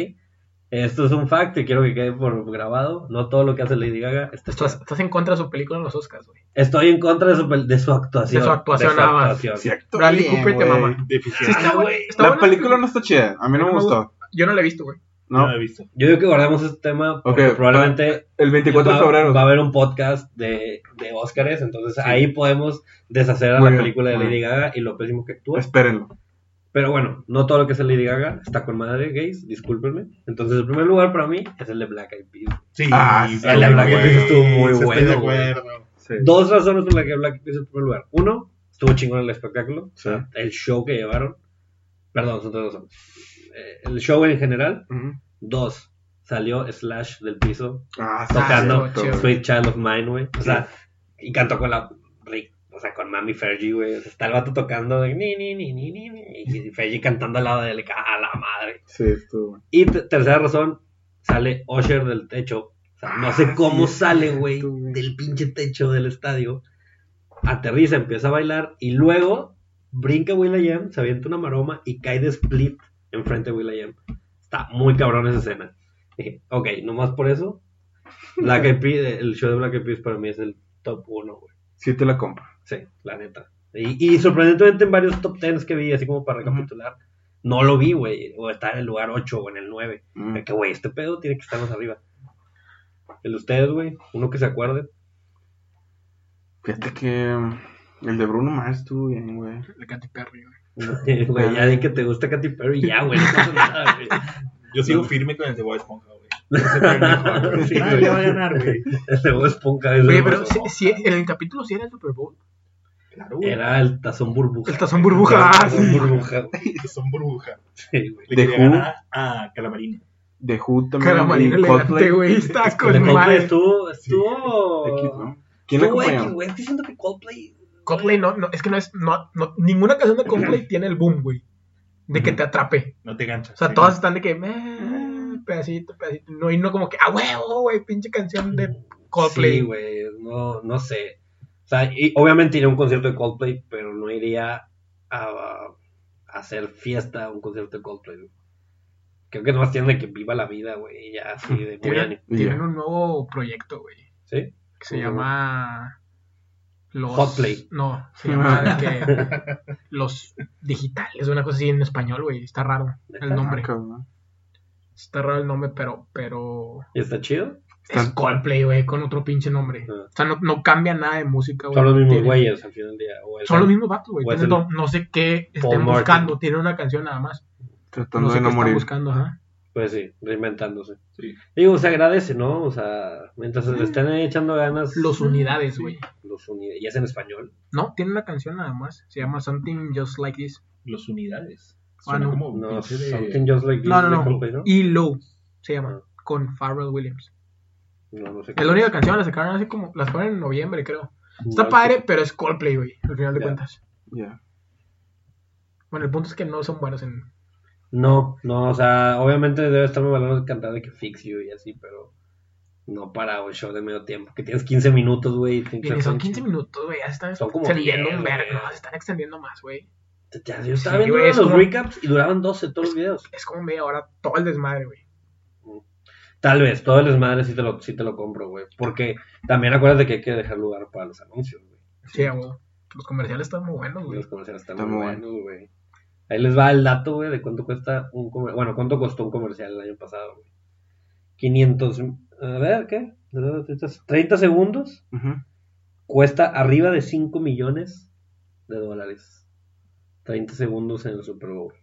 S1: Esto es un fact y quiero que quede por grabado. No todo lo que hace Lady Gaga está chido.
S2: Estás, estás en contra de su película en los Oscars, güey.
S1: Estoy en contra de su, pel- de su actuación.
S2: De su actuación, nada más.
S1: actuación.
S4: Sí, actuó
S2: Bradley
S4: bien,
S2: Cooper te
S4: güey.
S2: mama.
S3: Deficiente.
S2: Sí, está
S1: Ah,
S2: bu-
S1: güey.
S2: está
S4: La
S2: buena
S4: película no está chida. A mí no me
S2: No me
S4: gustó.
S2: Yo no la he visto, güey.
S3: No
S4: No.
S3: la he visto.
S1: Yo digo que guardemos este tema porque
S4: Ok,
S1: probablemente
S4: El 24
S1: va,
S4: de febrero.
S1: va a haber un podcast de, de Óscares. Entonces ahí podemos deshacer a
S4: Muy
S1: la
S4: bien, Pues
S1: película de
S4: muy
S1: Lady Gaga y lo pésimo que actúa.
S4: Espérenlo.
S1: Pero bueno, no todo lo que es el Lady Gaga está con madre gays, discúlpenme. Entonces, el primer lugar para mí es el de Black Eyed Peas.
S3: Sí,
S4: Ah,
S3: sí,
S4: sí,
S3: sale,
S4: la verdad
S3: güey.
S4: que
S1: sí estuvo muy
S3: Sí,
S1: bueno,
S3: Estoy de acuerdo.
S4: Sí.
S1: Dos razones por las que Black Eyed Peas es el primer lugar. Uno, estuvo chingón el espectáculo, o sea, el show que llevaron. Perdón, son tres razones. Eh, el show en general.
S4: Ujú.
S1: Dos, salió Slash del piso
S4: Ah, sí,
S1: tocando
S4: cierto,
S2: chido.
S4: güey.
S1: Sweet Child of Mine, güey. O sea, y cantó con la... Rick, O sea, con Mami Fergie, güey. O sea, está el vato tocando de ni, ni, ni, ni, ni, ni, Y Fergie cantando al lado de él. A la madre.
S4: Sí, estuvo bueno.
S1: Y te- tercera razón, sale Osher del techo. O sea, no sé
S4: Ah,
S1: cómo
S4: sí,
S1: sale, güey,
S4: cierto, güey.
S1: del pinche techo del estadio. Aterriza, empieza a bailar y luego brinca Will.i.am, se avienta una maroma y cae de split enfrente de Will.i.am. Está muy cabrón esa escena. Dije, ok, nomás por eso, Black Eyed Peas, eh, el show de Black Eyed Peas para mí es el top 1, güey.
S4: Sí, te la compro.
S1: Sí, la neta. Y, y sorprendentemente en varios top 10 que vi, así como para
S4: Ujú.
S1: recapitular, no lo vi, güey. O está en el lugar 8 o en el 9.
S4: Mm.
S1: De que, güey, este pedo tiene que estar más arriba. El de ustedes, güey, uno que se acuerde.
S4: Fíjate que mm, el de Bruno Mars estuvo bien, güey.
S2: La Katy Perry, güey.
S1: Güey,
S2: Ah.
S1: ya di que te gusta Katy Perry, ya, güey, no pasa nada, güey.
S3: Yo sigo
S1: No.
S3: firme con el de Bob Esponja, güey. Ese fue el mejor, güey.
S1: Sí,
S3: Ah,
S1: güey.
S3: ya va a ganar, güey.
S1: Ese Bob Esponja es
S2: Oye,
S1: el
S2: pero
S1: Bob
S2: si,
S1: Esponja.
S2: si en el capítulo sí era el Super Bowl.
S3: Claro, güey.
S1: Era el tazón burbuja.
S2: El tazón burbuja.
S1: El tazón burbuja, güey.
S3: Que son burbujas.
S1: Sí, güey.
S3: Le
S4: De
S3: quería
S4: Who.
S3: ganar a Calamarina.
S4: De Who también.
S2: Caramarina
S4: y
S2: elegante,
S4: Coldplay.
S2: güey. Está
S1: El de
S2: con
S1: Coldplay
S2: madre.
S1: estuvo,
S4: X,
S1: estuvo...
S4: ¿no? ¿Quién lo
S1: estuvo X,
S4: acompañó?
S1: güey, estoy diciendo que Coldplay...
S2: Coldplay no, no, es que no es, no, no- ninguna canción de Coldplay tiene el boom, güey. De que te atrape.
S3: No te ganchas.
S2: O sea,
S3: Sí.
S2: todas están de que, "Meh, pedacito, pedacito. No, y no como que, ah, huevo, güey, pinche canción de Coldplay.
S1: Sí, güey, no, no sé. O sea, y obviamente iría a un concierto de Coldplay, pero no iría a, a hacer fiesta a un concierto de Coldplay. güey. Creo que nomás tienen de que viva la vida, güey, y ya así de muy
S2: tienen,
S1: ánimo.
S4: Y ya.
S2: tienen un nuevo proyecto, güey.
S1: ¿Sí?
S2: Que se
S4: Sí,
S2: llama Los,
S1: Hotplay.
S2: No, se llama de que los digitales, una cosa así en español, güey. Está raro el nombre.
S4: Ah, cabrón.
S2: Está raro el nombre, pero, pero
S1: ¿Y está chido?
S2: es Coldplay, güey, con otro pinche nombre.
S1: Ah.
S2: O sea, no, no cambia nada de música, güey.
S1: Son los mismos
S2: Tiene-
S1: güeyes al final del día. o el-
S2: Son los mismos vatos, güey.
S1: O es
S2: Tienen
S1: el-
S2: do- No sé qué
S1: Paul
S2: estén
S1: Martin.
S2: buscando. Tienen una canción nada más.
S4: Tratando
S2: No sé
S4: de
S2: qué
S4: no
S2: están
S4: morir.
S2: buscando, ajá.
S1: Pues sí, reinventándose.
S3: Sí.
S1: Digo, se agradece, ¿no? O sea, mientras le estén echando ganas.
S2: Los Unidades, güey.
S1: Los uni- Y es en español.
S2: No, tiene una canción nada más. Se llama Something Just Like This.
S3: Los unidades.
S2: Ah,
S3: Suena
S2: no.
S3: como
S1: No,
S3: pinche de-
S1: Something Just Like This
S2: No, no,
S1: de
S2: no.
S1: Coldplay, ¿no?
S2: E-Low se llama.
S1: Ah.
S2: Con Pharrell Williams.
S1: No, no sé.
S2: Es la única canción, la sacaron hace como. La sacaron en noviembre, creo. Está
S1: No,
S2: padre, pero es Coldplay, güey. Al final de
S1: Ya.
S2: cuentas.
S4: Ya.
S2: Bueno, el punto es que no son buenos en.
S1: No, no, o sea, obviamente debe estar muy valorado cantar de que Fix You y así, pero no para un show de medio tiempo. Que tienes 15 minutos, güey. y tienes que
S2: Miren,
S1: hacer
S2: son
S1: un
S2: 15
S1: chingo.
S2: minutos, güey. Ya se están
S1: Son como
S2: extendiendo
S1: 10,
S2: un vergo.
S1: güey.
S2: Se están extendiendo más, güey.
S1: Ya, yo estaba
S2: Sí,
S1: viendo uno
S2: güey,
S1: de
S2: es
S1: los
S2: como-
S1: recaps y duraban 12 todos los videos.
S2: Es como media hora todo el desmadre, güey.
S1: Tal vez, todo el desmadre sí te lo, sí te lo compro, güey. Porque también acuérdate que hay que dejar lugar para los anuncios, güey.
S2: Sí, güey. Los comerciales están muy buenos,
S1: Y
S2: güey.
S1: Los comerciales están
S4: Está
S1: muy
S4: muy
S1: buenos, güey. Ahí les va el dato, güey, de cuánto cuesta un comercial. Bueno, cuánto costó un comercial el año pasado, güey. 500. A ver, ¿qué? 30 segundos.
S4: Ujú.
S1: cuesta arriba de 5 millones de dólares. 30 segundos en el Super Bowl.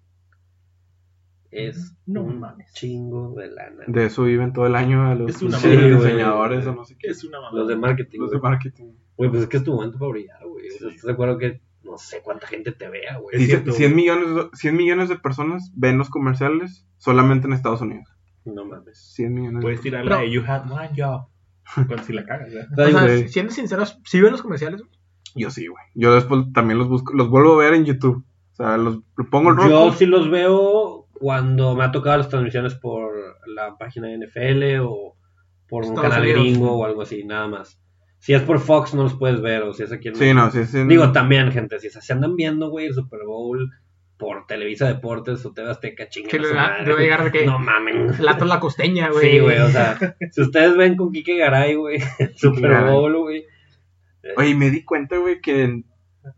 S1: Es
S3: No
S1: un
S3: mames.
S1: chingo de lana.
S4: De eso viven todo el año a los
S3: Es una
S4: pinches
S1: mamada, güey.
S4: diseñadores o no sé qué.
S3: Es una mamada.
S1: Los de marketing.
S4: Los de
S1: güey.
S4: marketing.
S1: Güey, pues es que es tu momento para brillar, güey. O sea,
S3: Sí.
S1: ¿Estás de acuerdo que no sé cuánta gente te vea, güey?
S3: Es
S4: Dice,
S3: cierto,
S4: 100
S3: güey.
S4: millones, 100 millones de personas ven los comerciales solamente en Estados Unidos.
S1: No mames.
S4: 100 millones.
S3: Puedes tirarla
S2: No.
S3: de You had one job. Cuando si la cagas, ¿verdad?
S1: Ay,
S2: O sea,
S4: güey.
S2: siendo sinceros, si ven los comerciales, güey?
S4: Yo sí, güey. Yo después también los busco, los vuelvo a ver en YouTube. O sea, los pongo el
S1: Yo
S4: rojo.
S1: sí los veo cuando me ha tocado las transmisiones por la página de NFL o por un
S2: Estados
S1: canal
S2: Unidos.
S1: gringo o algo así, nada más. Si es por Fox no los puedes ver o si es aquí en
S4: Sí, no, sí, sí.
S2: Mm.
S1: Digo, también, gente, si se andan viendo, güey, el Super Bowl por Televisa Deportes o TV Azteca,
S2: que
S1: chinguen a
S2: le
S1: su
S2: va le va Ah, a
S1: madre.
S2: llegar de que.
S1: No mamen.
S2: La la costeña, güey.
S1: Sí, güey, o sea, si ustedes ven con Quique Garay, güey, el Super
S4: Garay.
S1: Bowl, güey.
S4: Oye, me di cuenta, güey, que en-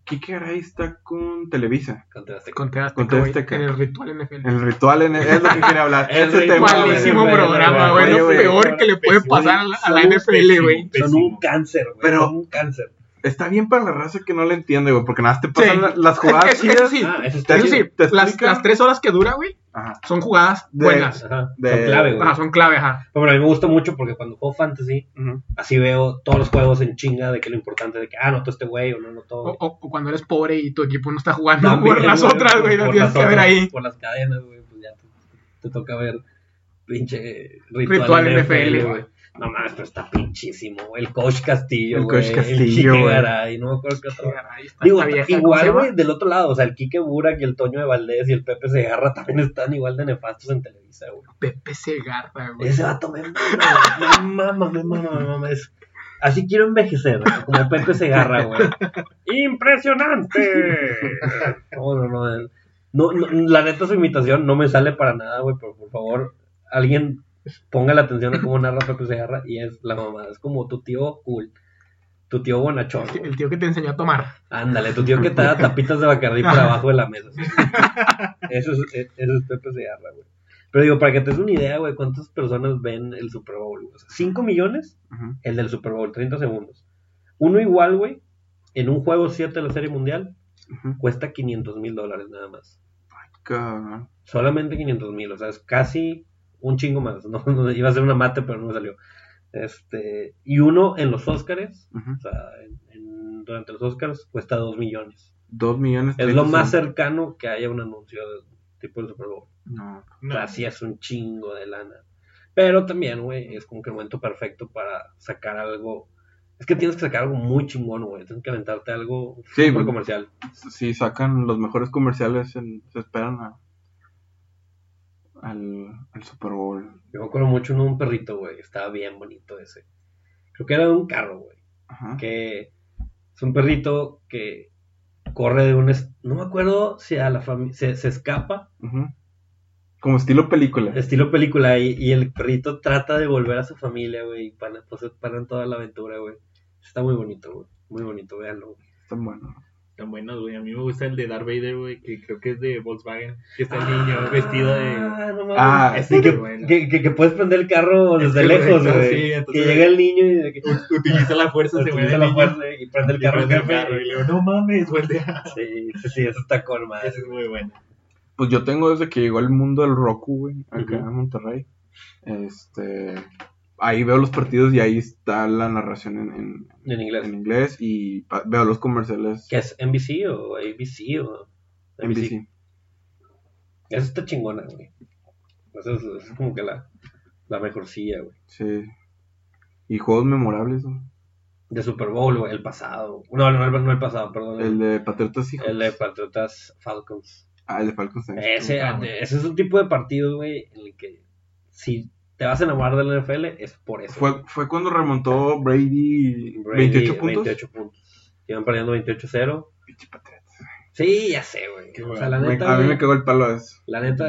S4: Kike Garay está con Televisa.
S1: con TV Azteca.
S2: Con Ted Azteca,
S4: Con Ted
S2: güey,
S4: Azteca.
S2: En el ritual NFL.
S4: El ritual en es lo que quería hablar.
S1: El
S4: Ese tema,
S1: ritual,
S4: güey.
S2: Malísimo
S1: güey,
S2: programa,
S1: güey,
S2: güey. Lo
S4: güey.
S2: peor que le puede
S3: Pésimo.
S2: pasar a la, a la
S3: Somos
S2: NFL, güey.
S3: pésimos.
S1: Son un cáncer, güey.
S4: Pero-
S1: son un cáncer.
S4: Está bien para la raza que no le entiende, güey, porque nada más te pasan
S2: Sí.
S4: la- las jugadas.
S2: Eso, eso sí.
S1: Ah, eso está
S2: Eso sí,
S1: chido.
S4: ¿Te
S2: las,
S4: explican?
S2: las tres horas que dura, güey,
S4: Ajá.
S2: son jugadas
S4: De-
S2: buenas.
S1: Ajá,
S4: De-
S1: son clave, güey.
S2: Ajá, son clave, ajá.
S1: Pero a mí me gusta mucho porque cuando juego fantasy,
S4: Ujú.
S1: así veo todos los juegos en chinga de que lo importante es de que, ah, notó este güey o no notó.
S2: O, o- o cuando eres pobre y tu equipo Ah, no está jugando
S1: También,
S2: por las
S1: güey,
S2: otras, güey, las
S1: por
S2: tienes
S1: las
S2: que ver
S1: otras,
S2: ahí.
S1: Por las cadenas, güey, pues ya te, te toca ver pinche ritual,
S2: Ritual
S1: NFL,
S2: NFL,
S1: güey. No mames, pero está pinchísimo, güey. El Coach Castillo,
S4: El
S1: güey.
S4: Coach Castillo,
S1: Quique
S4: güey.
S1: Garay, no me acuerdo qué otro.
S2: Ahí está
S1: Digo,
S2: esta vieja, ¿cómo se
S1: igual,
S2: llama?
S1: güey, del otro lado. O sea, el Quique Burak y el Toño de Valdés y el Pepe Segarra también están igual de nefastos en Televisa, güey.
S2: Pepe Segarra, güey.
S1: Ese vato me mama, güey. me mama, me mama, me mama. Es... Así quiero envejecer, güey, como Pepe Segarra, güey. ¡Impresionante! No, no, no, eh. No, no, La neta, su imitación no me sale para nada, güey, pero por favor, alguien ponga la atención a cómo narra Pepe Segarra y es la mamada. Es como tu tío cool, tu tío bonachón. güey.
S2: El tío que te enseñó a tomar.
S1: Ándale, tu tío que te da tapitas de Bacardí por abajo de la mesa. sí. Eso es, e- eso es Pepe Segarra, güey. Pero digo, para que te des una idea, güey, ¿cuántas personas ven el Super Bowl? güey? O sea, ¿Cinco millones?
S4: Ujú.
S1: El del Super Bowl, 30 segundos. Uno igual, güey, en un juego 7 de la Serie Mundial,
S4: Ujú.
S1: cuesta 500 mil dólares nada más.
S4: Cabrón.
S1: Solamente 500 mil, o sea, es casi un chingo más. No, no, iba a ser una mate, pero no me salió. Este, y uno en los Oscars,
S4: Ujú.
S1: o sea, en- en- durante los Oscars, cuesta 2 millones.
S4: Dos millones.
S1: Es lo
S4: treinta
S1: más
S4: cent-
S1: cercano que haya un anuncio de- tipo el Super Bowl.
S4: No.
S1: O sea, Ah, sí es un chingo de lana. Pero también, güey, es como que el momento perfecto para sacar algo. Es que tienes que sacar algo muy chingón, güey. Tienes que aventarte algo
S4: Sí,
S1: muy
S4: güey.
S1: comercial.
S4: Si sacan los mejores comerciales, en- se esperan a- al, al Super Bowl.
S1: Yo me acuerdo mucho uno de un perrito, güey. Estaba bien bonito ese. Creo que era de un carro, güey.
S4: Ajá.
S1: que es un perrito que corre de un... es- No me acuerdo si a la familia... Se, se escapa,
S4: Ujú. Como estilo película.
S1: estilo película, y, y el perrito trata de volver a su familia, güey, y para, pues, paran toda la aventura, güey. Está muy bonito, güey. Muy bonito, véanlo.
S4: Están buenos.
S3: Tan buenos, güey. A mí me gusta el de Darth Vader, güey, que creo que es de Volkswagen. Que está el
S1: Ah.
S3: niño vestido de.
S1: no mames.
S4: Ah,
S3: Ese
S1: Sí, que,
S3: que bueno.
S1: que, que- que puedes prender el carro
S3: Es
S1: desde
S3: que,
S1: lejos,
S3: exacto,
S1: güey.
S3: sí, entonces-
S1: que llega el niño y, de que,
S3: U- Utiliza la fuerza, se
S1: utiliza la fuerza y prende el carro.
S3: carro,
S1: jefe.
S3: carro. Y le digo, no mames, vuelta.
S1: Sí, sí, sí, eso está con madre.
S3: Ese es muy bueno.
S4: Pues yo tengo desde que llegó el mundo del Roku, güey, acá
S1: Ujú.
S4: en Monterrey. Este. Ahí veo los partidos y ahí está la narración en, en-
S1: En inglés.
S4: en inglés y pa- veo los comerciales
S1: ¿Qué es? ¿NBC o ABC o
S4: en bici.
S1: Eso está chingona, güey. Eso es, es como que la, la mejorcilla, güey.
S4: Sí. Y juegos memorables, güey.
S1: De Super Bowl, güey, el pasado. No, no, no, no el pasado, perdón.
S4: El
S1: El,
S4: de Patriotas Hijos.
S1: de Patriotas Falcons.
S4: Ah, el de Falcons. también.
S1: Ese,
S3: Ah, güey.
S1: ese es un tipo de partido, güey, en el que si te vas a enamorar del NFL es por eso.
S4: Fue, fue cuando remontó Brady,
S1: Brady,
S4: 28 puntos.
S1: 28 puntos. Iban perdiendo 28-0.
S4: Pinche Patriotas.
S1: Sí, ya sé, güey.
S3: Qué
S1: O sea, la
S3: bueno.
S4: Me-
S1: neta,
S4: a mí
S1: güey,
S4: me cagó el palo a eso.
S1: la neta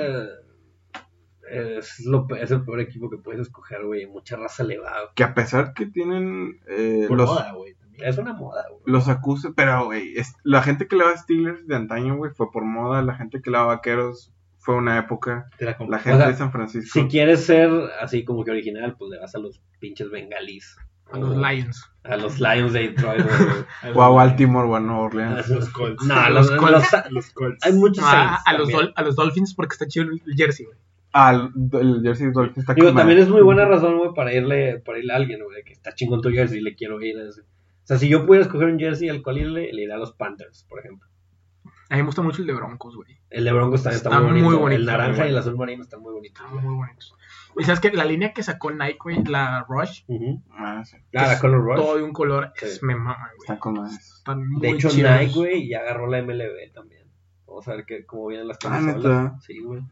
S1: es, lo, pe- es el peor equipo que puedes escoger, güey. Mucha raza le va, güey.
S4: Que a pesar que tienen eh,
S3: Por
S4: los,
S3: moda, güey. también.
S1: Es una moda, güey.
S4: los acuse, pero güey, es- la gente que le va a Steelers de antaño, güey, fue por moda, la gente que le va a Vaqueros fue una época,
S3: Te la compro.
S4: la gente
S1: sea,
S4: de San Francisco.
S1: Si quieres ser así como que original, pues le vas a los pinches bengalís.
S2: A los Lions.
S1: A los Lions de Detroit, güey.
S4: o a Baltimore o a Nueva Orleans.
S3: Los Colts.
S1: No,
S2: A
S1: a
S2: los
S1: los,
S2: Colts.
S1: los-
S3: Los Colts.
S1: hay muchos
S2: No, Ah, a,
S1: Saints
S2: a los
S1: también.
S2: Dol- a los Dolphins porque está chido el jersey, güey.
S4: Ah, el, el Jersey Dolphins está
S1: Digo,
S4: con madre.
S1: también es muy buena razón, güey, para irle, para irle a alguien, güey, que está chingón tu jersey y le quiero ir. así. O sea, si yo pudiera escoger un jersey al cual irle, le iré a los Panthers, por ejemplo.
S2: A mí me gusta mucho el de Broncos, güey.
S1: El de Broncos también está,
S2: Está
S1: muy, bonito.
S2: muy bonito,
S1: El naranja
S2: muy bueno.
S1: y el azul marino están muy bonitos.
S2: Están muy bonitos. Y sabes que la línea que sacó Nike, güey, la Rush,
S1: Ujú.
S4: Ah, sí,
S1: Ah, la Color Rush.
S2: todo de un color, es
S1: Sí.
S2: me mama, güey.
S4: está con madre.
S2: Están muy
S1: De hecho,
S2: chidos.
S1: Nike, güey, ya agarró la MLB también. Vamos a ver qué- cómo vienen las
S4: Ah,
S1: consolas.
S4: ¿neta?
S1: sí, güey.